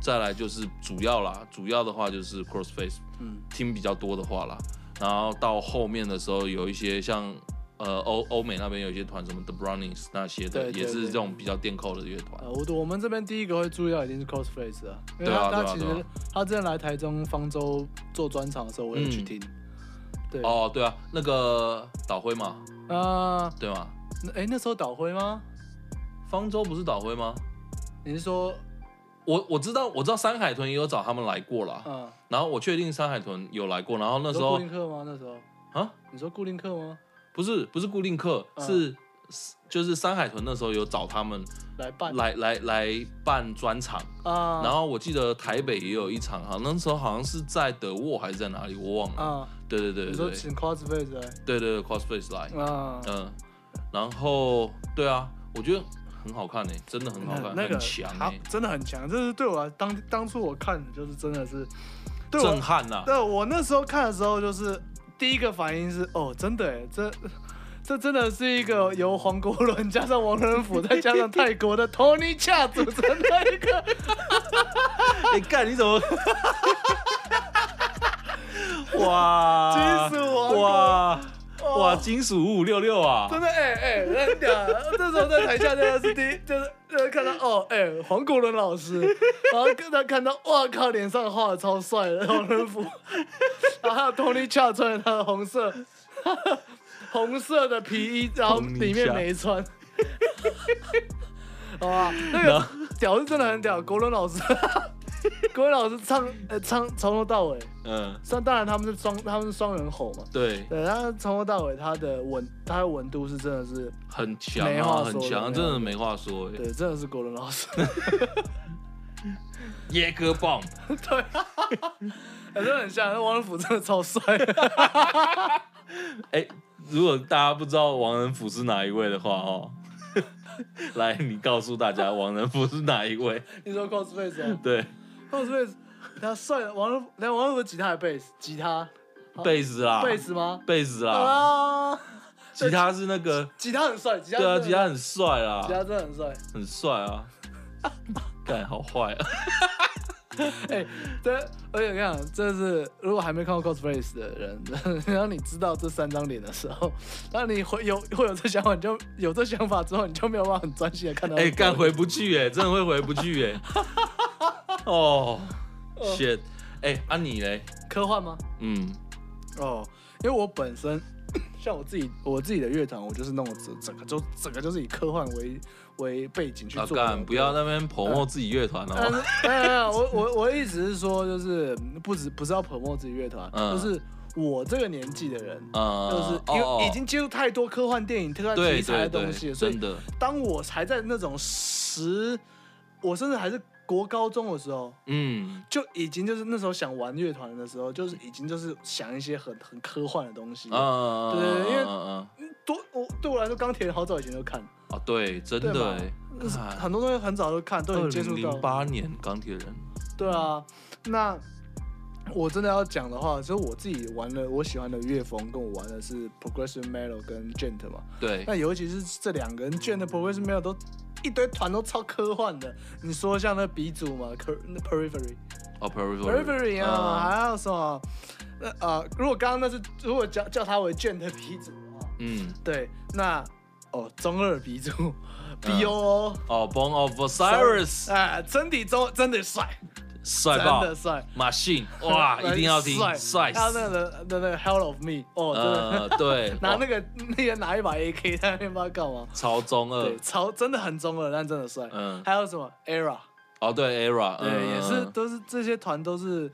S1: 再来就是主要啦，主要的话就是 Crossface
S2: 嗯
S1: 听比较多的话啦。然后到后面的时候，有一些像呃欧欧美那边有一些团，什么 The Brownies 那些的，
S2: 对对
S1: 也是
S2: 对
S1: 这种比较电扣的乐团。
S2: 呃，我我们这边第一个会注意到已经是 Cosplays 了，因为
S1: 对啊对
S2: 他
S1: 啊
S2: 他其
S1: 对
S2: 实
S1: 啊
S2: 他之前来台中方舟做专场的时候，我有去
S1: 嗯
S2: 听，对，
S1: 哦哦，对啊，那个岛辉嘛，
S2: 啊，
S1: 对吗？
S2: 那哎、那时候导灰吗？
S1: 方舟不是岛灰吗？
S2: 你是说，
S1: 我我知道我知道山海豚也有找他们来过啦，
S2: 嗯，
S1: 然后我确定山海豚有来过，然后那
S2: 你
S1: 时
S2: 说固
S1: 候
S2: 定客吗？那时候
S1: 啊
S2: 你说固定客吗？
S1: 不是不是固定客，
S2: 嗯
S1: 是是就是山海豚那时候有找他们
S2: 来办
S1: 来来来办专场，
S2: 啊，
S1: 然后我记得台北也有一场哈，那时候好像是在德沃还是在哪里，我忘了。
S2: 啊，
S1: 对对对
S2: 你
S1: 对
S2: 说
S1: 对
S2: 请 cosplay 来
S1: 对对 c o s p l a y 来，
S2: 啊，
S1: 嗯，然后对啊，我觉得很好看诶、欸真的很好看，
S2: 那个
S1: 很强欸
S2: 他
S1: 诶、
S2: 真的很强，这是对我来当当初我看的就是真的是，对我
S1: 震撼啊呐、
S2: 对我那时候看的时候，就是第一个反应是，哦，真的哎，这这真的是一个由黄国伦加上王仁甫，再加上泰国的 Tony Chia 组成的一个， (laughs) 哎
S1: 你干、你怎么？ (laughs) 哇！
S2: 金属王国
S1: 哇
S2: 哦
S1: 哇！金属五五六六啊！
S2: 真的哎哎，真的，那时候在台下真的是第一，就是就是看到哦哎、黄国伦老师，然后跟他看到哇靠，脸上画的超帅的王仁甫， (laughs) 然后还有 Tony Chia 穿着他的红色 (laughs) 红色的皮衣，然后
S1: Tony
S2: 里面
S1: Chia
S2: 没穿。 (laughs) 好吧，那
S1: 然
S2: 个
S1: 后
S2: 屌是真的很屌，国伦老师， (laughs) 国伦老师唱呃唱从头到尾，
S1: 嗯，
S2: 虽然当然他们是双他们是双人吼嘛，
S1: 对，
S2: 对，他从头到尾他的稳他的稳度是真的是，
S1: 很强
S2: 没
S1: 啊，
S2: 话
S1: 很
S2: 说
S1: 强、
S2: 的
S1: 真的没话说、欸。
S2: 对，真的是国伦 (laughs) 老师，
S1: 耶哥棒，
S2: 哎真的很像，那王仁甫真的超帅， (laughs)
S1: 哎、如果大家不知道王仁甫是哪一位的话，哦， (laughs) 来，你告诉大家王仁甫是哪一位？
S2: 你说 cosplay 谁
S1: 对，
S2: ？cosplay 他帅的王仁甫，那王仁甫吉他还贝斯，吉他好
S1: 贝斯啦，
S2: 贝斯吗？
S1: 贝斯啦，
S2: 啊，
S1: 吉他是那个，
S2: 吉他很帅，吉他
S1: 对啊，
S2: 真的
S1: 吉他很帅啦
S2: 吉，他真的很帅。
S1: 很帅
S2: (laughs)
S1: 啊，干好坏啊，
S2: 哎、对，而且我跟你讲，真的是，如果还没看过 cosplay 的人， (laughs) 然后你知道这三张脸的时候，然后你会有会有这想法，你就有这想法之后，你就没有办法很专心的看到。
S1: 哎、干回不去哎、真的会回不去
S2: (laughs)
S1: 哎、哦，shit，哎、啊你嘞，
S2: 科幻吗？
S1: 嗯，
S2: 哦，因为我本身 (coughs) 像我自己我自己的乐团，我就是弄整整个就整个就是以科幻为为背景去
S1: 啊
S2: 做的。
S1: 干不要那边捧墨自己乐团
S2: 但
S1: 哦，
S2: 是，哎呀， (laughs) 我我我的意思是说，就是不止不是要 promote 自己乐团，
S1: 嗯
S2: 就是我这个年纪的人，
S1: 啊，
S2: 就是因为已经接触太多科幻电影、科幻
S1: 对
S2: 题材
S1: 对
S2: 的东西
S1: 对，
S2: 了，所
S1: 真
S2: 以
S1: 的，
S2: 当我还在那种十，我甚至还是国高中的时候，
S1: 嗯，
S2: 就已经就是那时候想玩乐团的时候，就是已经就是想一些很很科幻的东西了。
S1: 啊，
S2: 对对对因为
S1: 啊
S2: 多我对我来说，钢铁人好早以前就看，
S1: 啊，对，真
S2: 对
S1: 的
S2: 吧
S1: 欸，看
S2: 很多东西很早就看，都
S1: 二
S2: 已经接
S1: 零
S2: 触
S1: 零
S2: 到。
S1: 八年钢铁人，
S2: 对啊，那我真的要讲的话，其实我自己玩了我喜欢的乐风，跟我玩的是 Progressive Metal 跟 Gent 嘛。
S1: 对，
S2: 那尤其是这两个人卷的 Progressive Metal 都一堆团都超科幻的。你说像那鼻祖嘛，Cur- 那 Periphery。
S1: 哦 p e r i p h e r y
S2: Burberry 啊，，还有什么？那呃，如果刚刚那是如果叫叫它为卷的鼻祖啊，
S1: 嗯，
S2: 对，那哦中二鼻祖 (laughs)
S1: 嗯
S2: B O O
S1: 哦 Born of Osiris，
S2: 哎，真的中真的帅，
S1: 帅
S2: 真
S1: 爆，
S2: 的帅，
S1: 马信，
S2: (laughs)
S1: 哇，啊一定要听，
S2: 帅，
S1: 帅
S2: 还有那
S1: 死，
S2: 个那个 Hell of Me，哦，真的 (laughs)
S1: 呃，对，
S2: 拿
S1: 哇
S2: 那个那个拿一把 A K 在那边不知道干嘛，
S1: 超中二
S2: 对，，超真的很中二，但真的帅。
S1: 嗯，
S2: 还有什么 Era，
S1: 哦对，Era，
S2: 对，
S1: 嗯
S2: 也是
S1: 嗯
S2: 都是这些团都是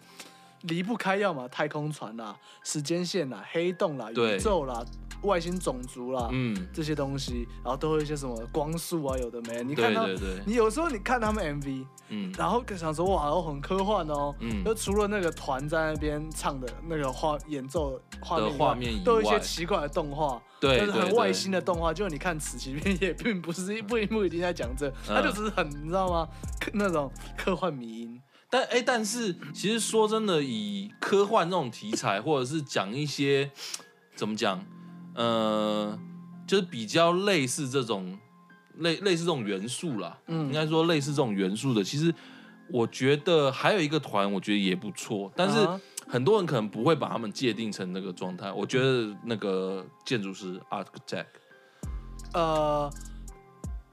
S2: 离不开要么太空船啦、时间线啦、黑洞啦、
S1: 对
S2: 宇宙啦、外星种族啦、
S1: 嗯，
S2: 这些东西，然后都会一些什么光速啊，有的没的。你看
S1: 对
S2: 他，
S1: 对对，
S2: 你有时候你看他们 MV， (laughs)
S1: 嗯
S2: 然后想说哇，哦很科幻哦。
S1: 嗯
S2: 就除了那个团在那边唱的那个画演奏画面
S1: 的
S2: 以
S1: 画
S2: 外
S1: 面以
S2: 都有一
S1: 外
S2: 些奇怪的动画，
S1: 对
S2: 就是很
S1: 对
S2: 外
S1: 对
S2: 星的动画。就你看此其片也并不是不不一定在讲这，
S1: 嗯
S2: 它就只是很你知道吗？科那种科幻迷音，
S1: 但哎、但是其实说真的，以科幻这种题材，或者是讲一些怎么讲，呃，就是比较类似这种类类似这种元素啦，
S2: 嗯
S1: 应该说类似这种元素的，其实我觉得还有一个团，我觉得也不错，但是
S2: 啊
S1: 很多人可能不会把他们界定成那个状态。我觉得那个建筑师 architect，
S2: 呃，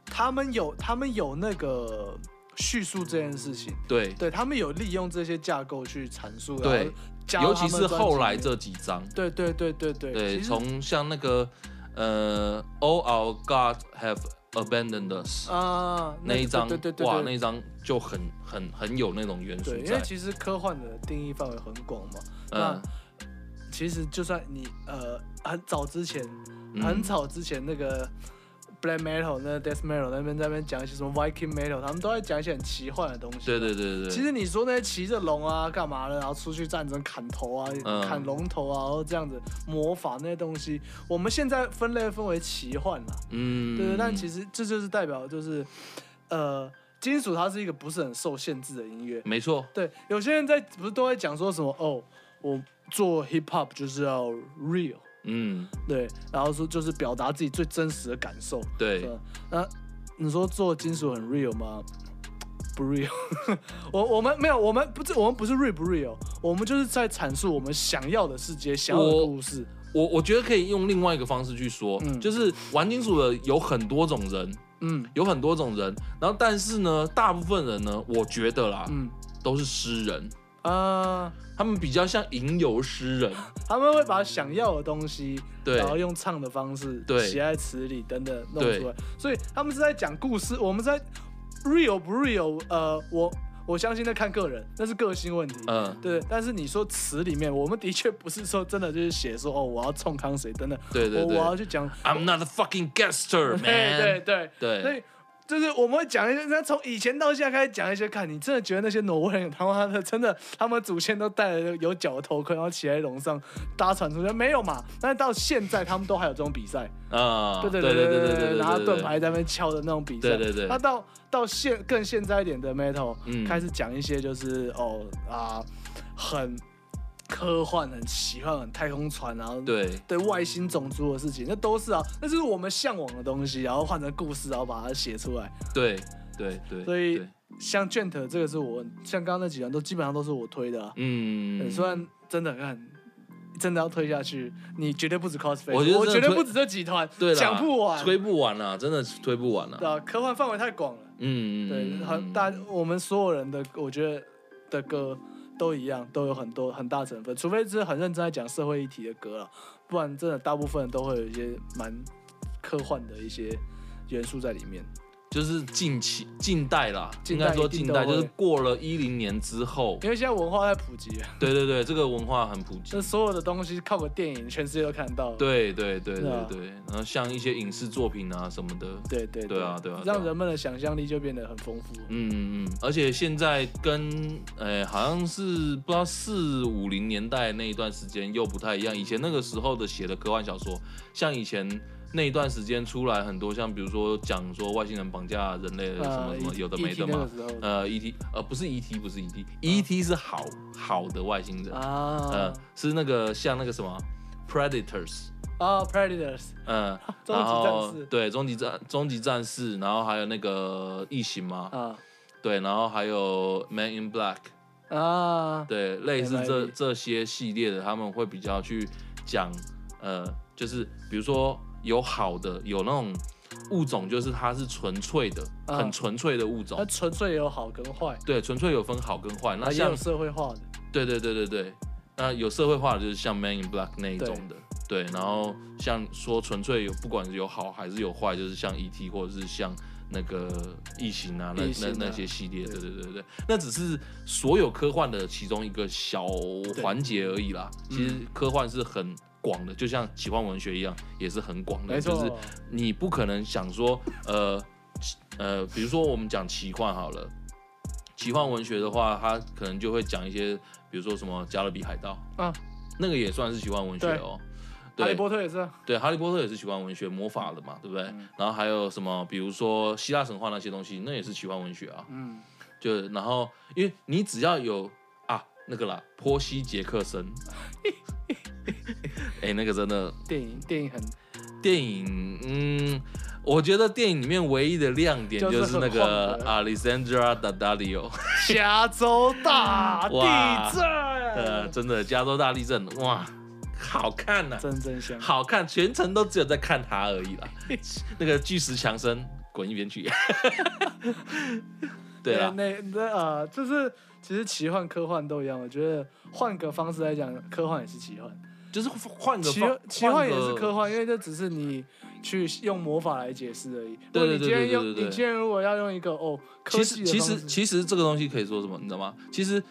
S2: 他们有他们有那个叙述这件事情，
S1: 对，
S2: 对他们有利用这些架构去阐述，然后
S1: 对
S2: 加到
S1: 尤
S2: 他
S1: 其
S2: 们
S1: 是
S2: 专辑
S1: 后来
S2: 里面
S1: 这几章，
S2: 对对对对对，
S1: 对，
S2: 其实
S1: 从像那个呃，All our God have abandoned us
S2: 啊，
S1: 那一张
S2: 对对，对
S1: 哇，
S2: 对
S1: 那一张就很很很有那种元素
S2: 对，因为
S1: 在，
S2: 其实科幻的定义范围很广嘛。
S1: 嗯
S2: 其实就算你呃很早之前，
S1: 嗯
S2: 很早之前那个 black metal 那 death metal 那边在那边讲一些什么 Viking metal，他们都在讲一些很奇幻的东西。
S1: 对对对对，
S2: 其实你说那些骑着龙啊，干嘛的，然后出去战争砍头啊、
S1: 嗯
S2: 砍龙头啊，然后这样子魔法那些东西，我们现在分类分为奇幻啦，
S1: 嗯，
S2: 对对，但其实这就是代表就是，呃，金属它是一个不是很受限制的音乐，
S1: 没错，
S2: 对，有些人在不是都会讲说什么哦，我做 hip hop 就是要 real，
S1: 嗯，
S2: 对，然后说就是表达自己最真实的感受，
S1: 对
S2: 对，吧。那你说做金属很 real 吗？不 real，我我们没有，我们不是我们不是 real 不 real，我们就是在阐述我们想要的世界，想要的
S1: 我
S2: 故事。
S1: 我我觉得可以用另外一个方式去说，
S2: 嗯
S1: 就是玩金属的有很多种人，
S2: 嗯
S1: 有很多种人，然后但是呢，大部分人呢，我觉得啦，
S2: 嗯
S1: 都是诗人，
S2: 啊、
S1: 他们比较像吟游诗人，
S2: 他们会把想要的东西，
S1: 对
S2: 然后用唱的方式
S1: 对
S2: 写在词里等等弄
S1: 对
S2: 出来，所以他们是在讲故事，我们在 real 不 real，呃，我我相信那看个人，那是个性问题。
S1: 嗯，
S2: 对，但是你说词里面，我们的确不是说真的就是写说哦，我要冲康谁等等，
S1: 对对
S2: 我
S1: 对
S2: 我要去讲，
S1: I'm not a fucking gangster
S2: (laughs) 对
S1: man，
S2: 对对，所
S1: 对，
S2: 以就是我们会讲一些，那从以前到现在开始讲一些，看你真的觉得那些挪威人他妈的真的，他们祖先都戴了有角的头盔，然后骑在龙上搭船出去，没有嘛？但是到现在他们都还有这种比赛，
S1: 啊，
S2: 对
S1: 对
S2: 对
S1: 对
S2: 对
S1: 对对，
S2: 拿
S1: 对
S2: 盾牌在那边敲的那种比赛，
S1: 对对对
S2: 那到到现更现在一点的 metal，、
S1: 嗯
S2: 开始讲一些就是哦啊、很科幻、很奇幻、很太空船，然后
S1: 对
S2: 对外星种族的事情，那都是啊，那就是我们向往的东西，然后换成故事，然后把它写出来。
S1: 对对对，
S2: 所以
S1: 对
S2: 像 Gent 这个是我，像刚刚那几张都基本上都是我推的、啊。
S1: 嗯
S2: 对，虽然真的看，真的要推下去，你绝对不止 cosplay，
S1: 我觉得
S2: 我
S1: 真
S2: 绝
S1: 的推
S2: 对不止这几团，
S1: 对啦
S2: 讲不完，
S1: 推不完啊，真的是推不完啊
S2: 对，啊，科幻范围太广了。
S1: 嗯，
S2: 对，
S1: 嗯
S2: 很大，我们所有人的，我觉得的歌都一样，都有很多很大成分，除非是很认真在讲社会议题的歌了，不然真的大部分都会有一些蛮科幻的一些元素在里面。
S1: 就是近期近代啦，
S2: 近
S1: 应
S2: 代
S1: 该说
S2: 一定
S1: 近
S2: 都
S1: 代
S2: 会
S1: 就是过了一零年之后，
S2: 因为现在文化在普及，
S1: 对对对，这个文化很普及
S2: 这。所有的东西靠个电影，全世界都看到了。
S1: 对对对
S2: 对啊
S1: 对对，然后像一些影视作品啊什么的，
S2: 对对
S1: 对啊对啊对啊
S2: 让人们的想象力就变得很丰富。
S1: 嗯嗯嗯，而且现在跟呃、好像是不知道四五零年代那一段时间又不太一样，以前那个时候的写的科幻小说，像以前。那一段时间出来很多，像比如说讲说外星人绑架人类的什么
S2: 呃
S1: 什么
S2: ，E.T.
S1: 有的没的嘛
S2: E.T. 那个时，候嗯
S1: 呃，E.T. 呃不是 E.T. 不是 E.T.，E.T. 是好好的外星人，
S2: 啊
S1: 呃是那个像那个什么 Predators，
S2: 啊，Predators，
S1: 嗯，
S2: (laughs) 终极
S1: 然后
S2: 战士
S1: 对，终极战终极战士，然后还有那个异形嘛，
S2: 啊
S1: 对，然后还有 Man in Black，
S2: 啊，
S1: 对，类似
S2: MIB
S1: 这这些系列的，他们会比较去讲，呃，就是比如说有好的，有那种物种，就是它是纯粹的，
S2: 啊
S1: 很纯粹的物
S2: 那
S1: 种，
S2: 纯粹有好跟坏，
S1: 对，纯粹有分好跟坏，那
S2: 呃啊也
S1: 像
S2: 有社会化的。
S1: 对对对对对，那有社会化的就是像 Man in Black 那一种的，对，然后像说纯粹有不管有好还是有坏，就是像 E.T. 或者是像那个异形啊，那
S2: 异形啊
S1: 那那些系列，
S2: 对
S1: 对对对对，那只是所有科幻的其中一个小环节而已啦。
S2: 对
S1: 其实科幻是很广的，就像奇幻文学一样，也是很广的，
S2: 没错
S1: 就是你不可能想说，呃呃，比如说我们讲奇幻好了，奇幻文学的话，它可能就会讲一些，比如说什么《加勒比海盗》
S2: 啊，
S1: 那个也算是奇幻文学哦。
S2: 哈利
S1: 对
S2: 波特也是啊，
S1: 对，哈利波特也是奇幻文学，魔法的嘛，对不对？
S2: 嗯
S1: 然后还有什么，比如说希腊神话那些东西，那也是奇幻文学啊。
S2: 嗯，
S1: 就然后，因为你只要有啊那个啦，波西·杰克
S2: (laughs)
S1: 森，哎、那个真的
S2: 电影电影很
S1: 电影，嗯，我觉得电影里面唯一的亮点
S2: 就是
S1: 就是那
S2: 很
S1: 个
S2: 晃
S1: Alexandra
S2: (laughs)
S1: Daddario，
S2: 加州大
S1: 哇
S2: 地
S1: 呃，
S2: 震，
S1: 真的加州大地震，哇，好看呐、
S2: 真真香。
S1: 好看，全程都只有在看他而
S2: (laughs)
S1: 已啦。那个巨石强森，滚一边去。 (laughs) (laughs) 对啊啦，
S2: 那那呃，就是其实奇幻科幻都一样，我觉得换个方式来讲，科幻也是奇幻。
S1: 就是换个
S2: 奇
S1: 方
S2: 奇幻也
S1: 个
S2: 是科幻，因为这只是你去用魔法来解释而已。如
S1: 对对
S2: 果你
S1: 对
S2: 今天
S1: 对
S2: 用，
S1: 对对
S2: 你今天如果要用一个哦，科
S1: 其实
S2: 技的
S1: 其
S2: 方
S1: 实
S2: 式
S1: 其实这个东西可以说什么，你知道吗？其实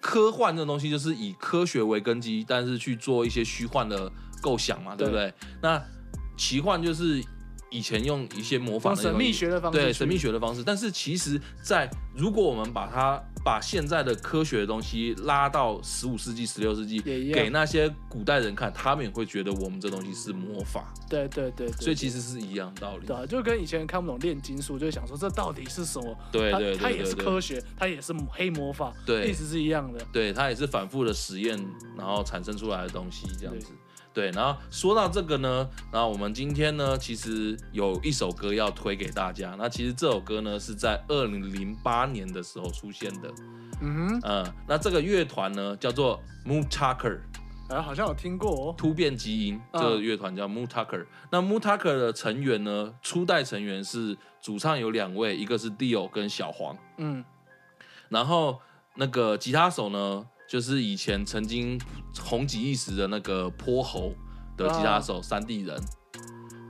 S1: 科幻这东西就是以科学为根基，但是去做一些虚幻的构想嘛，对不对？那奇幻就是以前用一些魔法
S2: 用
S1: 的那
S2: 神
S1: 种
S2: 秘学的方式
S1: 对
S2: 去
S1: 神秘学的方式，但是其实在，如果我们把它把现在的科学的东西拉到十五世纪、十六世纪
S2: 也一，样
S1: 给那些古代人看，他们也会觉得我们这东西是魔法，
S2: 对对对对，
S1: 所以其实是一样道理
S2: 对。啊，就跟以前看不懂炼金术，就会想说这到底是什么？
S1: 对
S2: 它
S1: 对
S2: 啊它
S1: 对
S2: 也
S1: 对
S2: 是
S1: 对。
S2: 科学，它也是黑魔法，
S1: 对
S2: 意思是一样的。
S1: 对，它也是反复的实验，然后产生出来的东西这样子。对，然后说到这个呢，那我们今天呢，其实有一首歌要推给大家。那其实这首歌呢是在二零零八年的时候出现的，
S2: 嗯
S1: 嗯，那这个乐团呢叫做 Moon Tucker
S2: 哼，哎，好像有听过哦。
S1: 突变基因，这
S2: 嗯
S1: 个乐团叫 Moon Tucker。那 Moon Tucker 的成员呢，初代成员是主唱有两位，一个是 Dio 跟小黄，
S2: 嗯，
S1: 然后那个吉他手呢，就是以前曾经红极一时的那个泼猴的吉他
S2: 嗯
S1: 手，山地人。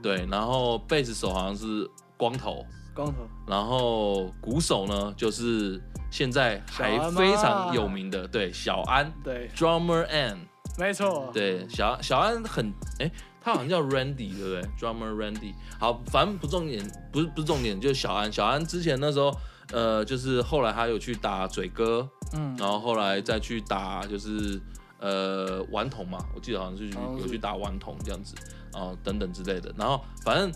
S1: 对，然后贝斯手好像是光头，
S2: 光头，
S1: 然后鼓手呢就是现在还
S2: 小安吗
S1: 非常有名的，对，小安
S2: 对，
S1: Drummer An，
S2: 没错，
S1: 对，小小安很哎。他好像叫 Randy，对不对？Drummer Randy。好，反正不重点，不是不是重点，就是小安。小安之前那时候，呃，就是后来他有去打嘴哥，
S2: 嗯，
S1: 然后后来再去打就是呃顽童嘛，我记得好像是去
S2: 好哦像是
S1: 有去打顽童这样子啊、等等之类的。然后反正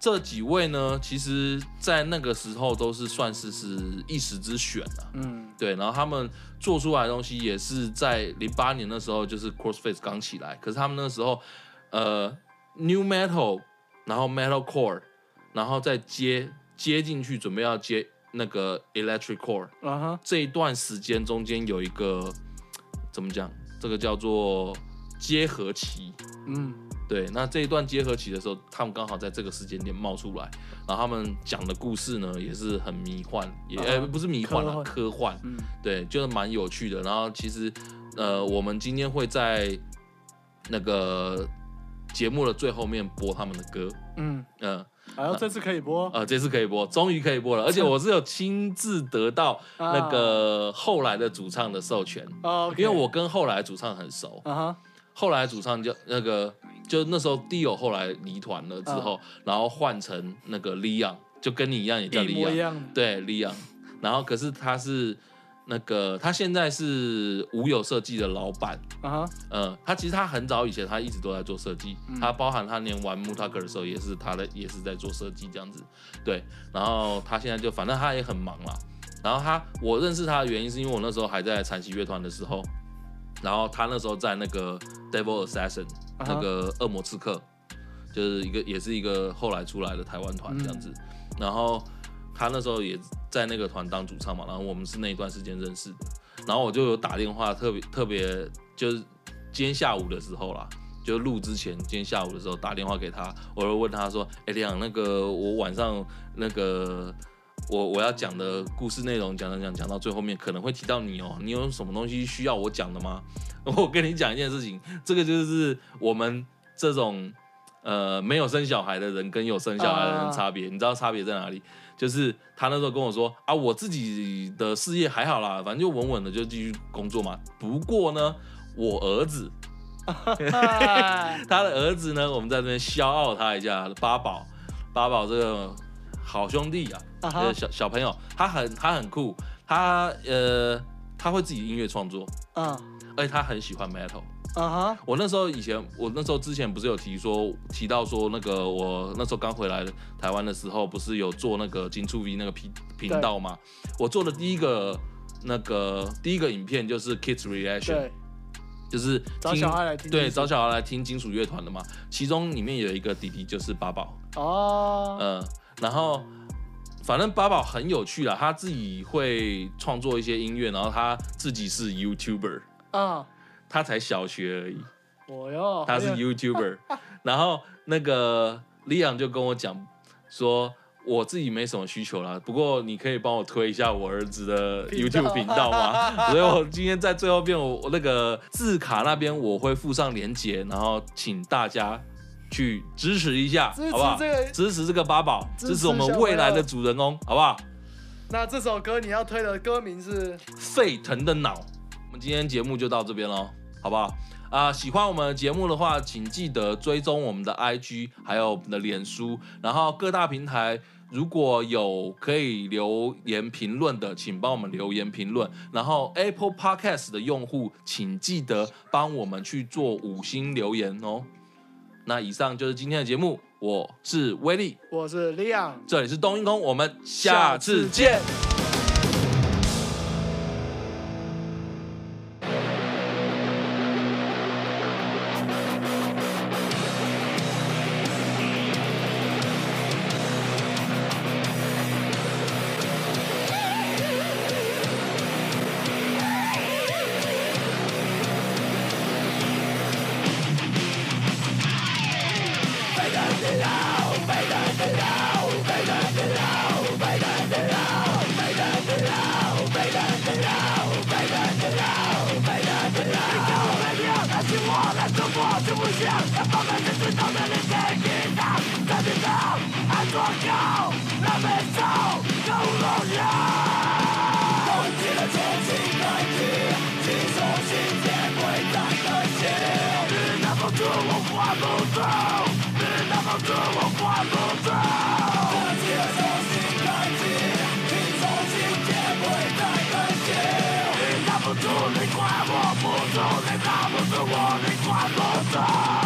S1: 这几位呢，其实在那个时候都是算是是一时之选啊。
S2: 嗯，
S1: 对，然后他们做出来的东西也是在零八年的时候，就是 CrossFit 刚起来，可是他们那时候，呃，New Metal，然后 Metalcore，然后再接接进去，准备要接那个 Electric Core，
S2: 啊哈，
S1: 这一段时间中间有一个怎么讲，这个叫做结合期。
S2: 嗯，
S1: 对，那这一段结合期的时候，他们刚好在这个时间点冒出来，然后他们讲的故事呢也是很迷幻，也、
S2: 啊
S1: 呃不是迷幻啊，
S2: 科幻
S1: 科幻，
S2: 嗯，
S1: 对，就是蛮有趣的。然后其实呃，我们今天会在那个节目的最后面播他们的歌，
S2: 嗯，
S1: 嗯、
S2: 然后这次可以播，
S1: 呃，这次可以播，终于可以播了，而且我是有亲自得
S2: (laughs)
S1: 到
S2: 啊
S1: 那个后来的主唱的授权，
S2: 哦，
S1: 因为我跟后来主唱很熟，
S2: 啊哈，
S1: 后来主唱就那个就那时候 Dio 后来离团了之后，然后换成那个 Leon，就跟你一样也叫
S2: 嗯一模
S1: Leon，
S2: 一样的，
S1: 对 Leon，然后可是他是那个他现在是无有设计的老板，
S2: (laughs) 啊哈，
S1: 嗯，他其实他很早以前他一直都在做设计，
S2: 嗯
S1: 他包含他连玩 m u t a k e r 的时候也是他的也是在做设计这样子，对，然后他现在就反正他也很忙啦。然后他我认识他的原因是因为我那时候还在残疾乐团的时候，然后他那时候在那个 Devil Assassin、
S2: 啊哈
S1: 那个恶魔刺客，就是一个也是一个后来出来的台湾团这样子，然后他那时候也在那个团当主唱嘛，然后我们是那一段时间认识的，然后我就有打电话特别特别就是今天下午的时候啦，就录之前，今天下午的时候打电话给他，我就问他说：“哎、亮，那个我晚上那个我我要讲的故事内容，讲讲讲讲到最后面可能会提到你哦，你有什么东西需要我讲的吗？” (laughs) 我跟你讲一件事情，这个就是我们这种呃没有生小孩的人跟有生小孩的人
S2: 啊
S1: 差别，你知道差别在哪里？就是他那时候跟我说啊，我自己的事业还好啦，反正就稳稳的就继续工作嘛。不过呢，我儿子
S2: 啊嗨
S1: (laughs) 他的儿子呢，我们在这边笑傲他一下，八宝，八宝这个好兄弟啊，呃、
S2: (laughs) 啊哈，
S1: 小小朋友，他很他很酷，他呃他会自己音乐创作，
S2: 啊
S1: 而且他很喜欢 metal。
S2: 啊哈，
S1: 我那时候以前，我那时候之前不是有提说提到说那个我那时候刚回来台湾的时候，不是有做那个金触 V 那个频频道吗？我做的第一个那个第一个影片就是 Kids Reaction，
S2: 对，
S1: 就是听
S2: 找小孩来听，
S1: 对，找小孩来听金属乐团的嘛。其中里面有一个弟弟就是八宝，
S2: 哦，
S1: 嗯、然后反正八宝很有趣啦，他自己会创作一些音乐，然后他自己是 YouTuber，
S2: 啊，
S1: 他才小学而已，
S2: 我哟，
S1: 呃他
S2: 哎
S1: 是
S2: 还
S1: (laughs)
S2: 有
S1: YouTuber。然后那个 Leon 就跟我讲说，我自己没什么需求啦，不过你可以帮我推一下我儿子的
S2: 频道
S1: YouTube 频道吗？ (laughs) 所以我今天在最后边，我我那个字卡那边我会附上链接，然后请大家去支持一下，
S2: 支持
S1: 好不好？
S2: 这个
S1: 支持这个八宝，
S2: 支
S1: 支
S2: 持
S1: 持我们
S2: 小
S1: 未来
S2: 朋友
S1: 的主人翁，好不好？
S2: 那这首歌你要推的歌名是？
S1: 沸腾的脑。我们今天节目就到这边喽，好不好？啊、喜欢我们的节目的话，请记得追踪我们的 IG，还有我们的脸书，然后各大平台如果有可以留言评论的，请帮我们留言评论。然后 Apple Podcast 的用户，请记得帮我们去做五星留言哦。那以上就是今天的节目，我是威力，
S2: 我是 Leon。
S1: 这里是冬阴功，我们下次见。
S3: 不住，你管我不住，你拿不住我，你管不住。